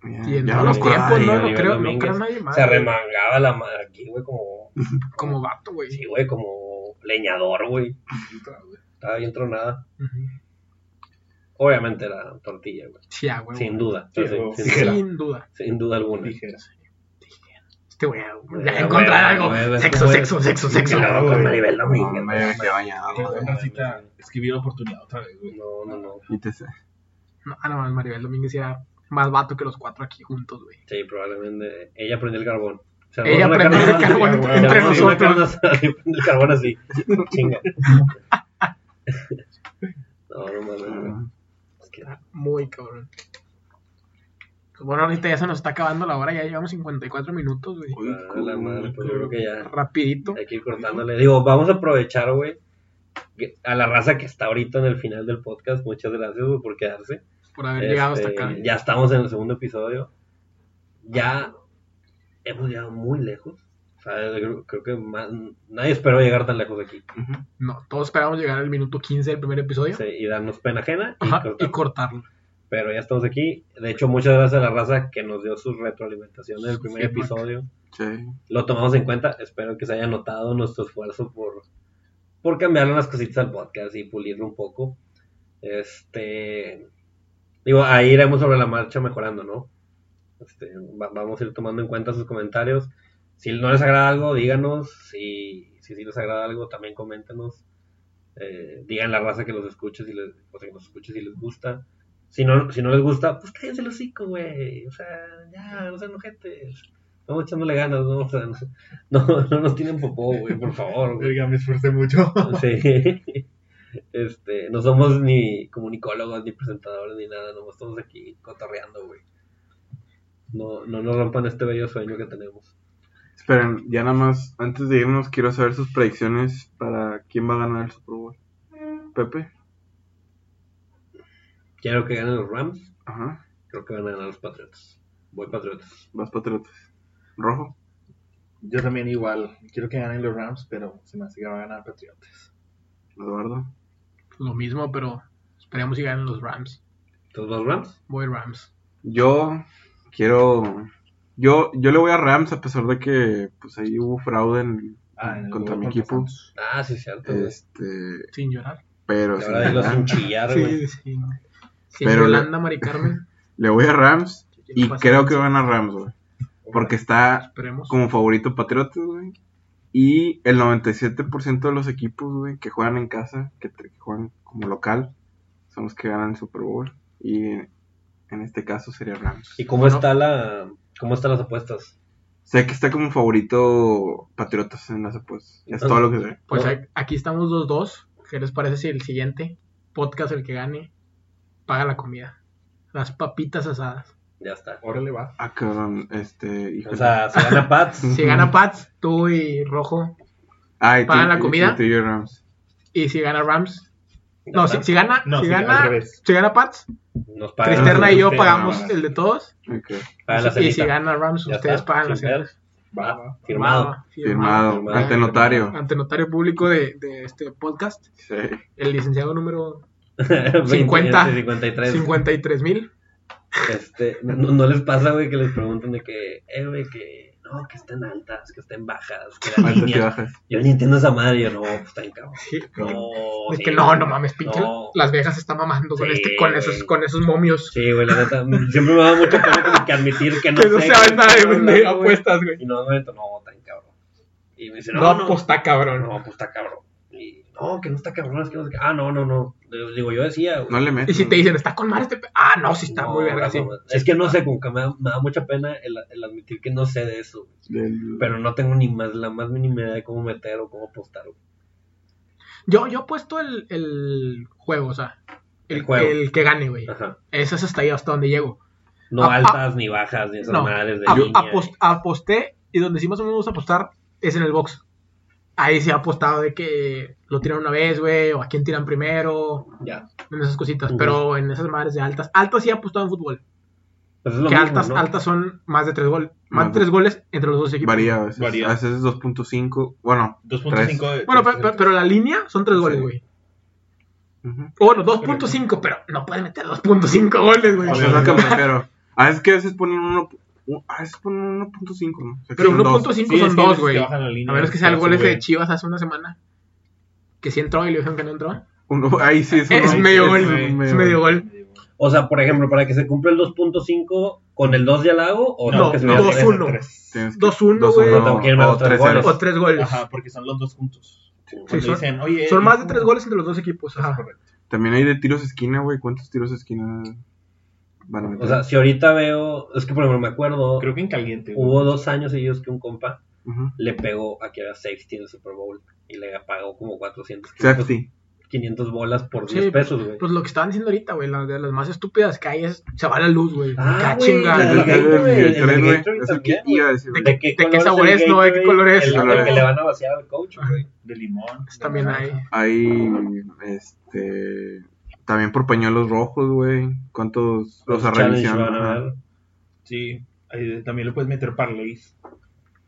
S4: Ya,
S2: Y en
S4: ya
S2: todos
S4: me
S2: los
S4: acuerdo.
S2: tiempos, no,
S1: Ay,
S2: no
S1: Maribel
S2: creo, no
S1: Domínguez.
S2: creo nadie más.
S1: Se
S2: güey.
S1: remangaba la madre aquí, güey, como...
S2: Como vato, güey.
S1: Sí, güey, como leñador, güey. Estaba bien tronada.
S2: Ujú.
S1: Obviamente era tortilla, güey.
S2: Sí, a huevo.
S1: Sin
S2: Sin,
S1: duda.
S3: Sí,
S1: Sí,
S3: güey.
S1: sin, duda.
S2: duda.
S1: Sin duda alguna.
S3: Tijeras.
S2: Este güey, ya
S1: Güey,
S2: va a encontrar
S1: Eh, güey,
S2: algo.
S1: güey,
S2: sexo,
S1: güey.
S2: sexo, sexo, sexo,
S1: Y luego con Maribel
S4: No,
S1: Domínguez.
S4: me quedé bañado.
S3: Sí,
S4: güey.
S3: güey, Racita, es que vi la oportunidad otra vez, güey.
S1: No, no, no.
S4: Y te sé.
S2: No, ah, no, Maribel Domínguez era más vato que los cuatro aquí juntos, güey.
S1: Sí, probablemente. Ella prendió el carbón. Se armó
S2: Ella
S1: una
S2: aprendió el
S1: carbón-
S2: carbón
S3: güey,
S1: Armó
S2: entre
S1: una carne
S2: nosotros.
S1: asada y prendió el carbón así. Chinga. No, no mames, güey.
S4: Ah,
S2: Muy cabrón. Pues Bueno, ahorita ya se nos está acabando la hora, ya llevamos 54 minutos, güey.
S4: Uy,
S1: Ah, la madre, pues yo creo que ya
S2: Rapidito.
S1: hay que ir cortándole. Digo, vamos a aprovechar, güey, que- a la raza que está ahorita en el final del podcast. Muchas gracias, güey, por quedarse.
S2: Por haber llegado hasta
S1: Este,
S2: acá.
S1: Ya estamos en el segundo episodio. Ya hemos llegado muy lejos. O sea, yo creo, creo que más- nadie esperó llegar tan lejos aquí.
S4: Ujú.
S2: No, todos esperábamos llegar al minuto 15 del primer episodio.
S1: Sí, y darnos pena ajena. y
S2: Ajá,
S1: cortar.
S2: y cortarlo.
S1: Pero ya estamos aquí. De hecho, muchas gracias a la raza que nos dio sus retroalimentaciones del
S2: Su
S1: primer
S2: feedback.
S1: episodio.
S4: Sí.
S1: Lo tomamos en cuenta. Espero que se haya notado nuestro esfuerzo por, por cambiarle unas cositas al podcast y pulirlo un poco. Este. Digo, ahí iremos sobre la marcha mejorando, ¿no? Este, va- vamos a ir tomando en cuenta sus comentarios. Si no les agrada algo, díganos. Si, si sí les agrada algo, también coméntenos. Eh, digan la raza que los escuche, si les, o sea, que nos escuche si les gusta. Si no, si no les gusta, pues cállense el hocico, güey. O sea, ya, no sean ojetes. Estamos echándole ganas, ¿no? O sea, no, no, no nos tienen popó, güey, por favor, güey.
S3: Oiga, me esforcé mucho.
S1: Sí. Este, no somos ni comunicólogos, ni presentadores, ni nada, nomás estamos aquí cotorreando, güey. No, no nos rompan este bello sueño que tenemos.
S4: Esperen, ya nada más, antes de irnos, quiero saber sus predicciones para quién va a ganar el Super Bowl. Pepe.
S1: Quiero que ganen los Rams,
S4: Ajá.
S1: creo que van a ganar los Patriotas. Voy Patriotas.
S4: Vas Patriotas. Rojo.
S3: Yo también igual. Quiero que ganen los Rams, pero se me hace que va a ganar Patriotas.
S4: Eduardo.
S2: Lo mismo, pero esperemos si ganen los Rams.
S1: ¿Entonces vas Rams?
S2: Voy Rams.
S4: Yo quiero. Yo, yo le voy a Rams a pesar de que pues ahí hubo fraude en-
S3: Ah, en el
S4: contra
S3: juego
S4: mi equipo.
S3: Santos.
S1: Ah, sí, cierto. güey.
S4: Este,
S2: Sin llorar.
S4: pero
S1: Y
S4: sin
S1: ahora dilo
S4: ganar.
S1: sin chillar, güey.
S2: Sí, sí. Sin
S4: Pero la-
S2: Yolanda, Mari Carmen.
S4: le voy a Rams y
S2: No pasa
S4: creo
S2: nada.
S4: que van a Rams, güey. Porque está
S2: Esperemos.
S4: como favorito Patriotas, güey. Y el 97% de los equipos, güey, que juegan en casa, que, te- que juegan como local, son los que ganan el Super Bowl. Y en este caso sería Rams.
S1: ¿Y cómo
S2: Bueno.
S1: está la cómo están las apuestas?
S4: Sé que está como favorito Patriotas en las apuestas. Es todo lo que sé.
S2: Pues
S1: No.
S2: a- aquí estamos los dos. ¿Qué les parece si el siguiente podcast, el que gane, paga la comida? Las papitas asadas.
S1: Ya está.
S3: Órale, va.
S4: Ah, cabrón, este, híjole.
S1: O sea, se gana Pats.
S2: Si gana Pats, tú y Rojo.
S4: Ah, y tú-
S2: ¿pagan la
S4: y-
S2: comida?
S4: y tú y yo, Rams.
S2: Y si gana Rams.
S1: ya
S2: No,
S1: está.
S2: si, si gana,
S3: No,
S2: si,
S3: si- al
S2: gana,
S3: revés.
S2: si gana Pats,
S1: Nos pagan,
S2: Cristerna y yo
S3: Cristerna,
S2: pagamos
S3: no, no.
S2: el de todos.
S4: Ok,
S1: pagan la
S2: y si
S1: cenita.
S2: gana Rams,
S1: Ya
S2: ustedes
S1: está,
S2: pagan
S1: sin
S2: la cena.
S1: pedos.
S3: Va, va.
S1: Firmado.
S2: Ah,
S4: firmado.
S1: firmado.
S4: Ante notario.
S2: Ante notario público de, de este podcast,
S4: Sí.
S2: el licenciado número 50.
S1: 50. 53.
S2: 53 mil.
S1: Este, no, no les pasa, güey, que les pregunten de que, eh, güey, que no, que estén altas, que estén bajas, que la
S4: Altas y
S1: línea.
S4: bajas.
S1: Yo ni entiendo esa madre, yo no, pues está bien cabrón. No,
S2: Es
S1: Oh, sí,
S2: que no, no mames, pinche.
S1: no.
S2: Las Vegas está mamando con,
S1: Sí,
S2: este, con, esos,
S1: güey.
S2: con esos momios.
S1: Sí, güey, la neta, siempre me da mucho pena como que admitir que no
S2: que no
S1: sé, güey,
S2: saben nada de,
S1: cabrón,
S2: de
S1: no, güey.
S2: apuestas, güey.
S1: Y no, me meto, no, está bien cabrón. Y me dice,
S2: No,
S1: no, no,
S2: aposta, cabrón.
S1: no, pues está cabrón. Y, no, que no está cabrón, es que no sé qué. Ah, no, no, no. Digo, yo decía, güey.
S4: No le meto.
S2: Y si te dicen, está con madre este. pe-". Ah, no, sí está
S1: No,
S2: muy verga,
S1: no,
S2: sí.
S1: no, Es que no sé, como que me da, me da mucha pena el, el admitir que no sé de eso. güey.
S4: Del-
S1: Pero no tengo ni más la más mínima idea de cómo meter o cómo apostar. güey.
S2: Yo, yo apuesto el, el juego, o sea, el,
S1: El juego.
S2: el que gane, güey.
S1: Ajá.
S2: Eso es hasta ahí, hasta donde llego.
S1: No
S2: Ah,
S1: altas ni bajas ni esas
S2: No,
S1: madres de
S2: A-
S1: línea. eh.
S2: apos- aposté, y donde sí más o menos me gusta apostar es en el box. Ahí se ha apostado de que lo tiran una vez, güey, o a quién tiran primero,
S1: y Ya.
S2: en esas cositas,
S1: Ujú.
S2: pero en esas madres de altas. Altas sí he apostado en fútbol.
S1: Pues es lo
S2: que
S1: mismo,
S2: altas,
S1: ¿no?
S2: altas son más de tres goles. Más
S4: Ajá.
S2: de tres goles entre los dos equipos.
S4: Varía a veces.
S3: Varía.
S4: A veces es 2.5. Bueno.
S3: 2.5 de-
S2: Bueno, pe- pe- pero, la línea son tres goles,
S4: Sí.
S2: güey.
S4: ujú.
S2: O Bueno, 2.5, pero no pueden meter 2.5 goles, güey.
S4: O sea, es lo que me refiero. A veces que a veces ponen uno. u- A veces ponen 1.5, ¿no? O sea, que
S2: Pero
S4: son dos.
S2: 1.5
S3: Sí,
S2: son
S3: sí,
S2: dos,
S3: que
S2: güey.
S3: bajan la línea,
S2: A menos que sea el
S3: pero
S2: gol ese
S3: sube.
S2: de Chivas hace una semana. Que sí entró y le dijeron que no entró.
S4: Uno- Ahí sí es,
S2: Es
S4: uno-
S2: medio
S4: es
S2: gol,
S4: un
S2: güey. Es medio gol.
S1: O sea, por ejemplo, para que se cumpla el 2.5 con el 2 ya la hago o
S2: No,
S1: tengo que subir a
S2: dos,
S1: tres?
S2: uno.
S3: Tres.
S4: Tienes que-
S2: 2-1,
S4: dos,
S2: güey.
S4: uno,
S1: Tengo que irme a
S4: o
S1: los tres
S4: 3-0.
S1: goles.
S2: O tres goles.
S3: Ajá, porque son los dos juntos. Cuando
S2: Sí, son-
S3: dicen, "Oye,
S2: Son
S3: ¿y
S2: más de
S3: cómo?"
S2: tres goles entre los dos equipos.
S3: Es
S2: Ajá.
S3: correcto.
S4: También hay de tiros esquina, güey. ¿Cuántos tiros esquina van a meter?
S1: O sea, si ahorita veo, es que por ejemplo me acuerdo,
S3: Creo que en caliente. güey.
S1: hubo dos años seguidos que un compa
S4: Ujú.
S1: le pegó a que era safety en el Super Bowl y le pagó como 400.
S4: Safety.
S1: 500 bolas por
S2: Sí,
S1: 10 pesos, güey.
S2: Pues lo que estaban diciendo ahorita, güey, la- de las más estúpidas calles, se va la luz, güey.
S1: Ah,
S2: Ah,
S1: güey, la
S4: El
S1: del
S4: Gatorade,
S1: Gatorade,
S4: el Gatorade,
S1: el
S4: güey.
S1: Gatorade
S4: Es el que
S1: también,
S4: iba a decir, güey.
S1: ¿De
S2: qué sabor
S1: el
S2: es, no? ¿De qué
S1: Gatorade?
S2: color es?
S1: El, el
S4: Color
S1: que
S4: es.
S1: le van a vaciar al coach, güey.
S3: De limón. de
S2: Pues También hay.
S3: naranja.
S4: Hay, este, también por pañuelos rojos, güey. ¿Cuántos los
S1: Challenge
S4: revisaron?
S1: van a
S4: Ajá.
S1: dar.
S3: Sí. ahí también le puedes meter parlays.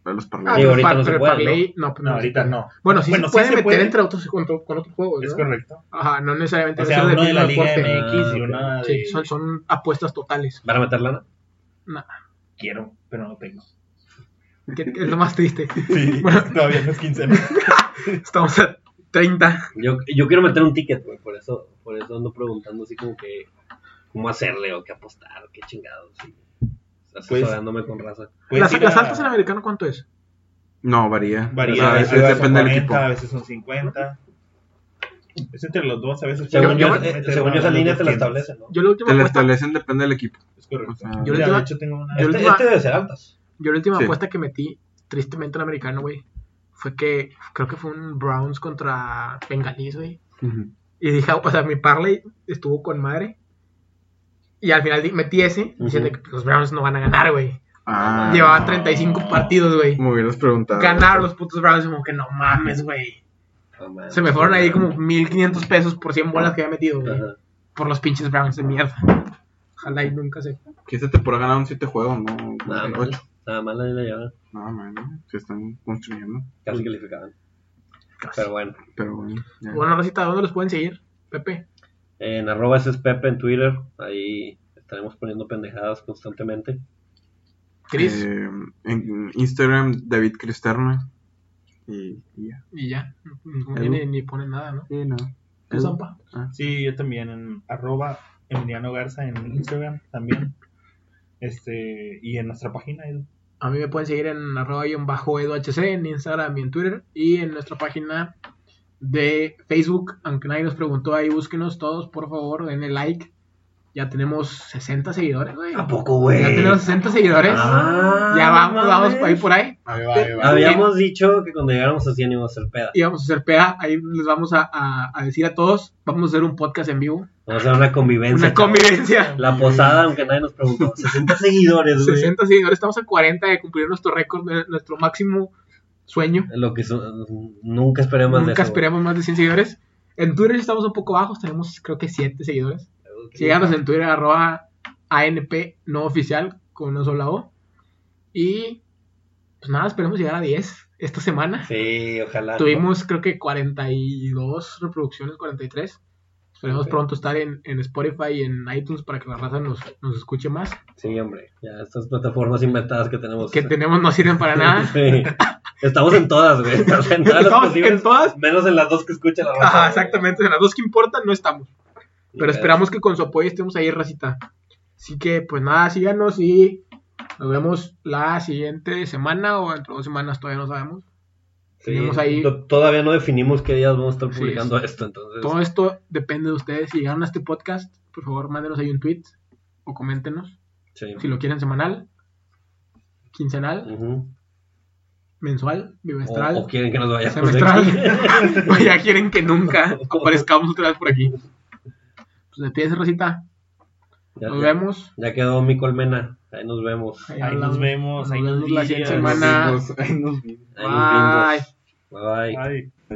S4: A los
S2: Ah,
S1: Sí,
S4: parlays.
S2: pero
S1: ahorita
S2: pa-
S1: no se
S2: pero
S1: puede,
S2: Parley, no, pues
S3: No, ahorita
S2: se puede.
S3: no.
S2: Bueno, sí
S3: Bueno,
S2: se
S3: sí
S2: pueden
S3: se
S2: meter
S3: puede.
S2: entre otros con, con otros juegos,
S3: Es
S2: Pues, ¿no?
S3: correcto.
S2: Ajá, no necesariamente.
S3: O
S2: eso
S3: sea,
S2: es
S3: uno de la
S2: mismo
S3: Liga
S2: deporte.
S3: MX y
S1: Ah,
S3: una de...
S2: Sí, son, son apuestas totales.
S1: ¿Van a meter lana?
S2: Nah,
S3: Quiero, pero no tengo.
S2: que- que es lo más triste.
S3: Sí, todavía no es quincena.
S2: Estamos a 30.
S1: Yo, yo quiero meter un ticket, güey, por eso, por eso ando preguntando así como que cómo hacerle o qué apostar, qué chingados. sí.
S2: Pues,
S1: Asesorándome con raza.
S4: Pues
S2: las, las altas en americano, ¿cuánto es?
S4: No, varía.
S3: Varía,
S4: a
S3: a
S4: veces
S3: veces son
S4: depende del
S3: 40,
S4: equipo.
S3: a veces son 50. Es entre los dos, a veces.
S1: Según
S2: yo-
S1: yo,
S2: yo-
S1: eh, según yo esa línea te la establecen, ¿no?
S2: Yo la última
S4: Te la
S2: apuesta,
S4: establecen, depende del equipo.
S3: Es correcto.
S4: Ajá.
S2: Yo
S3: Mira,
S2: le-
S3: de hecho tengo una...
S2: yo
S1: Este,
S2: le- última-
S1: este debe ser altas.
S2: yo la última
S4: Sí.
S2: apuesta que metí, tristemente en americano, güey, fue que creo que fue un Browns contra Bengalis, güey.
S4: Ujú.
S2: Y dije, o sea, mi parlay estuvo con madre. Y al final di- metí ese, diciendo
S1: Ujú.
S2: que pues, los Browns no van a ganar, güey.
S4: Ah,
S2: Llevaban
S3: no.
S2: 35 partidos, güey.
S4: me hubieras preguntado.
S2: Ganaron los putos Browns, como que no mames, güey.
S1: No mames.
S2: Se me fueron ahí como 1500 pesos por 100 bolas que había metido, güey.
S1: Ajá.
S2: Por los pinches Browns de mierda. Ojalá y nunca se.
S4: Que este esta temporada ganaron 7 juegos, ¿no?
S1: Nada mal.
S4: Ocho.
S1: Nada mal ahí la llevan.
S4: No, man, se están construyendo.
S1: Casi calificaban.
S2: Casi.
S1: Pero bueno.
S4: Pero bueno, ya.
S2: Bueno, Rosita, ¿dónde los pueden seguir? Pepe.
S1: En arroba ese es Pepe en Twitter. Ahí estaremos poniendo pendejadas constantemente.
S2: Chris.
S4: Eh, en Instagram, David Cristerna. Y, y ya.
S2: Y ya.
S4: Edu.
S2: No tiene ni ponen nada, ¿no?
S4: Sí, no.
S2: Tú,
S4: Edu.
S2: Zampa.
S4: Ah,
S3: Sí, yo también en arroba Emiliano Garza en Instagram también. Este, y en nuestra página, Edu.
S2: A mí me pueden seguir en arroba y en bajo eduhc en Instagram y en Twitter y en nuestra página de Facebook, aunque nadie nos preguntó ahí, búsquenos todos, por favor, denle like. Ya tenemos 60 seguidores, güey.
S4: Ah, pues.
S1: ¿A poco,
S2: Ya
S1: güey?
S2: tenemos 60 seguidores.
S1: Ah,
S2: ya vamos,
S1: mames.
S2: vamos por ahí por ahí.
S4: ahí va, ahí va.
S1: Habíamos dicho que cuando llegáramos a 100 íbamos a hacer peda.
S2: Y vamos a hacer peda. Ahí les vamos a, a- a decir a todos. Vamos a hacer un podcast en vivo.
S1: Vamos a hacer una convivencia.
S2: Una convivencia.
S1: La posada, aunque nadie nos preguntó. 60 seguidores, güey.
S2: 60 seguidores. Estamos a 40 de cumplir nuestro récord, de- nuestro máximo sueño.
S1: Lo que son- nunca esperé más de
S2: Nunca
S1: eso.
S2: esperamos más de 100 seguidores. En Twitter estamos un poco bajos. Tenemos creo que 7 seguidores. Síganos en Twitter, arroba ANP no oficial, con una sola O. Y pues nada, esperemos llegar a 10 esta semana.
S1: Sí, ojalá.
S2: Tuvimos creo que 42 reproducciones, 43. Esperemos
S1: Ok.
S2: pronto estar en, en Spotify y en iTunes para que la raza nos, nos escuche más.
S1: Sí, hombre. Ya, estas plataformas inventadas que tenemos.
S2: Que tenemos no sirven para nada.
S1: Sí. Estamos en todas, güey. O sea, en todas las
S2: Estamos
S1: posibles,
S2: en todas.
S1: Menos en las dos que escucha la raza,
S2: Ajá,
S1: güey.
S2: exactamente, en las dos que importan no estamos.
S1: Y
S2: Pero
S1: pedo.
S2: esperamos que con su apoyo estemos ahí, racita. Así que, pues nada, síganos y nos vemos la siguiente semana o dentro de dos semanas, todavía no sabemos.
S1: Sí,
S2: tenemos ahí-
S1: to- Todavía no definimos qué días vamos a estar
S2: Sí,
S1: publicando esto, entonces.
S2: Todo esto depende de ustedes. Si llegaron a este podcast, por favor, mándenos ahí un tweet o coméntenos.
S1: sí.
S2: Si lo quieren semanal, quincenal,
S1: Ujú.
S2: mensual,
S1: O-
S2: bimestral.
S1: o, quieren que nos vayamos de
S2: semestral.
S1: aquí.
S2: o ya quieren que nunca aparezcamos otra vez por aquí. Pues despídese, Rosita.
S1: Ya-
S2: Nos
S1: ya-
S2: vemos.
S1: Ya quedó mi colmena. Ahí nos vemos.
S2: Ahí
S3: Ahí
S2: hablamos.
S3: nos vemos, ahí
S2: Nos
S3: nos
S2: vemos la siguiente
S3: vemos.
S2: semana.
S4: Ahí nos vimos.
S1: Ahí nos vimos.
S2: Bye.
S1: Bye. bye.
S3: Bye.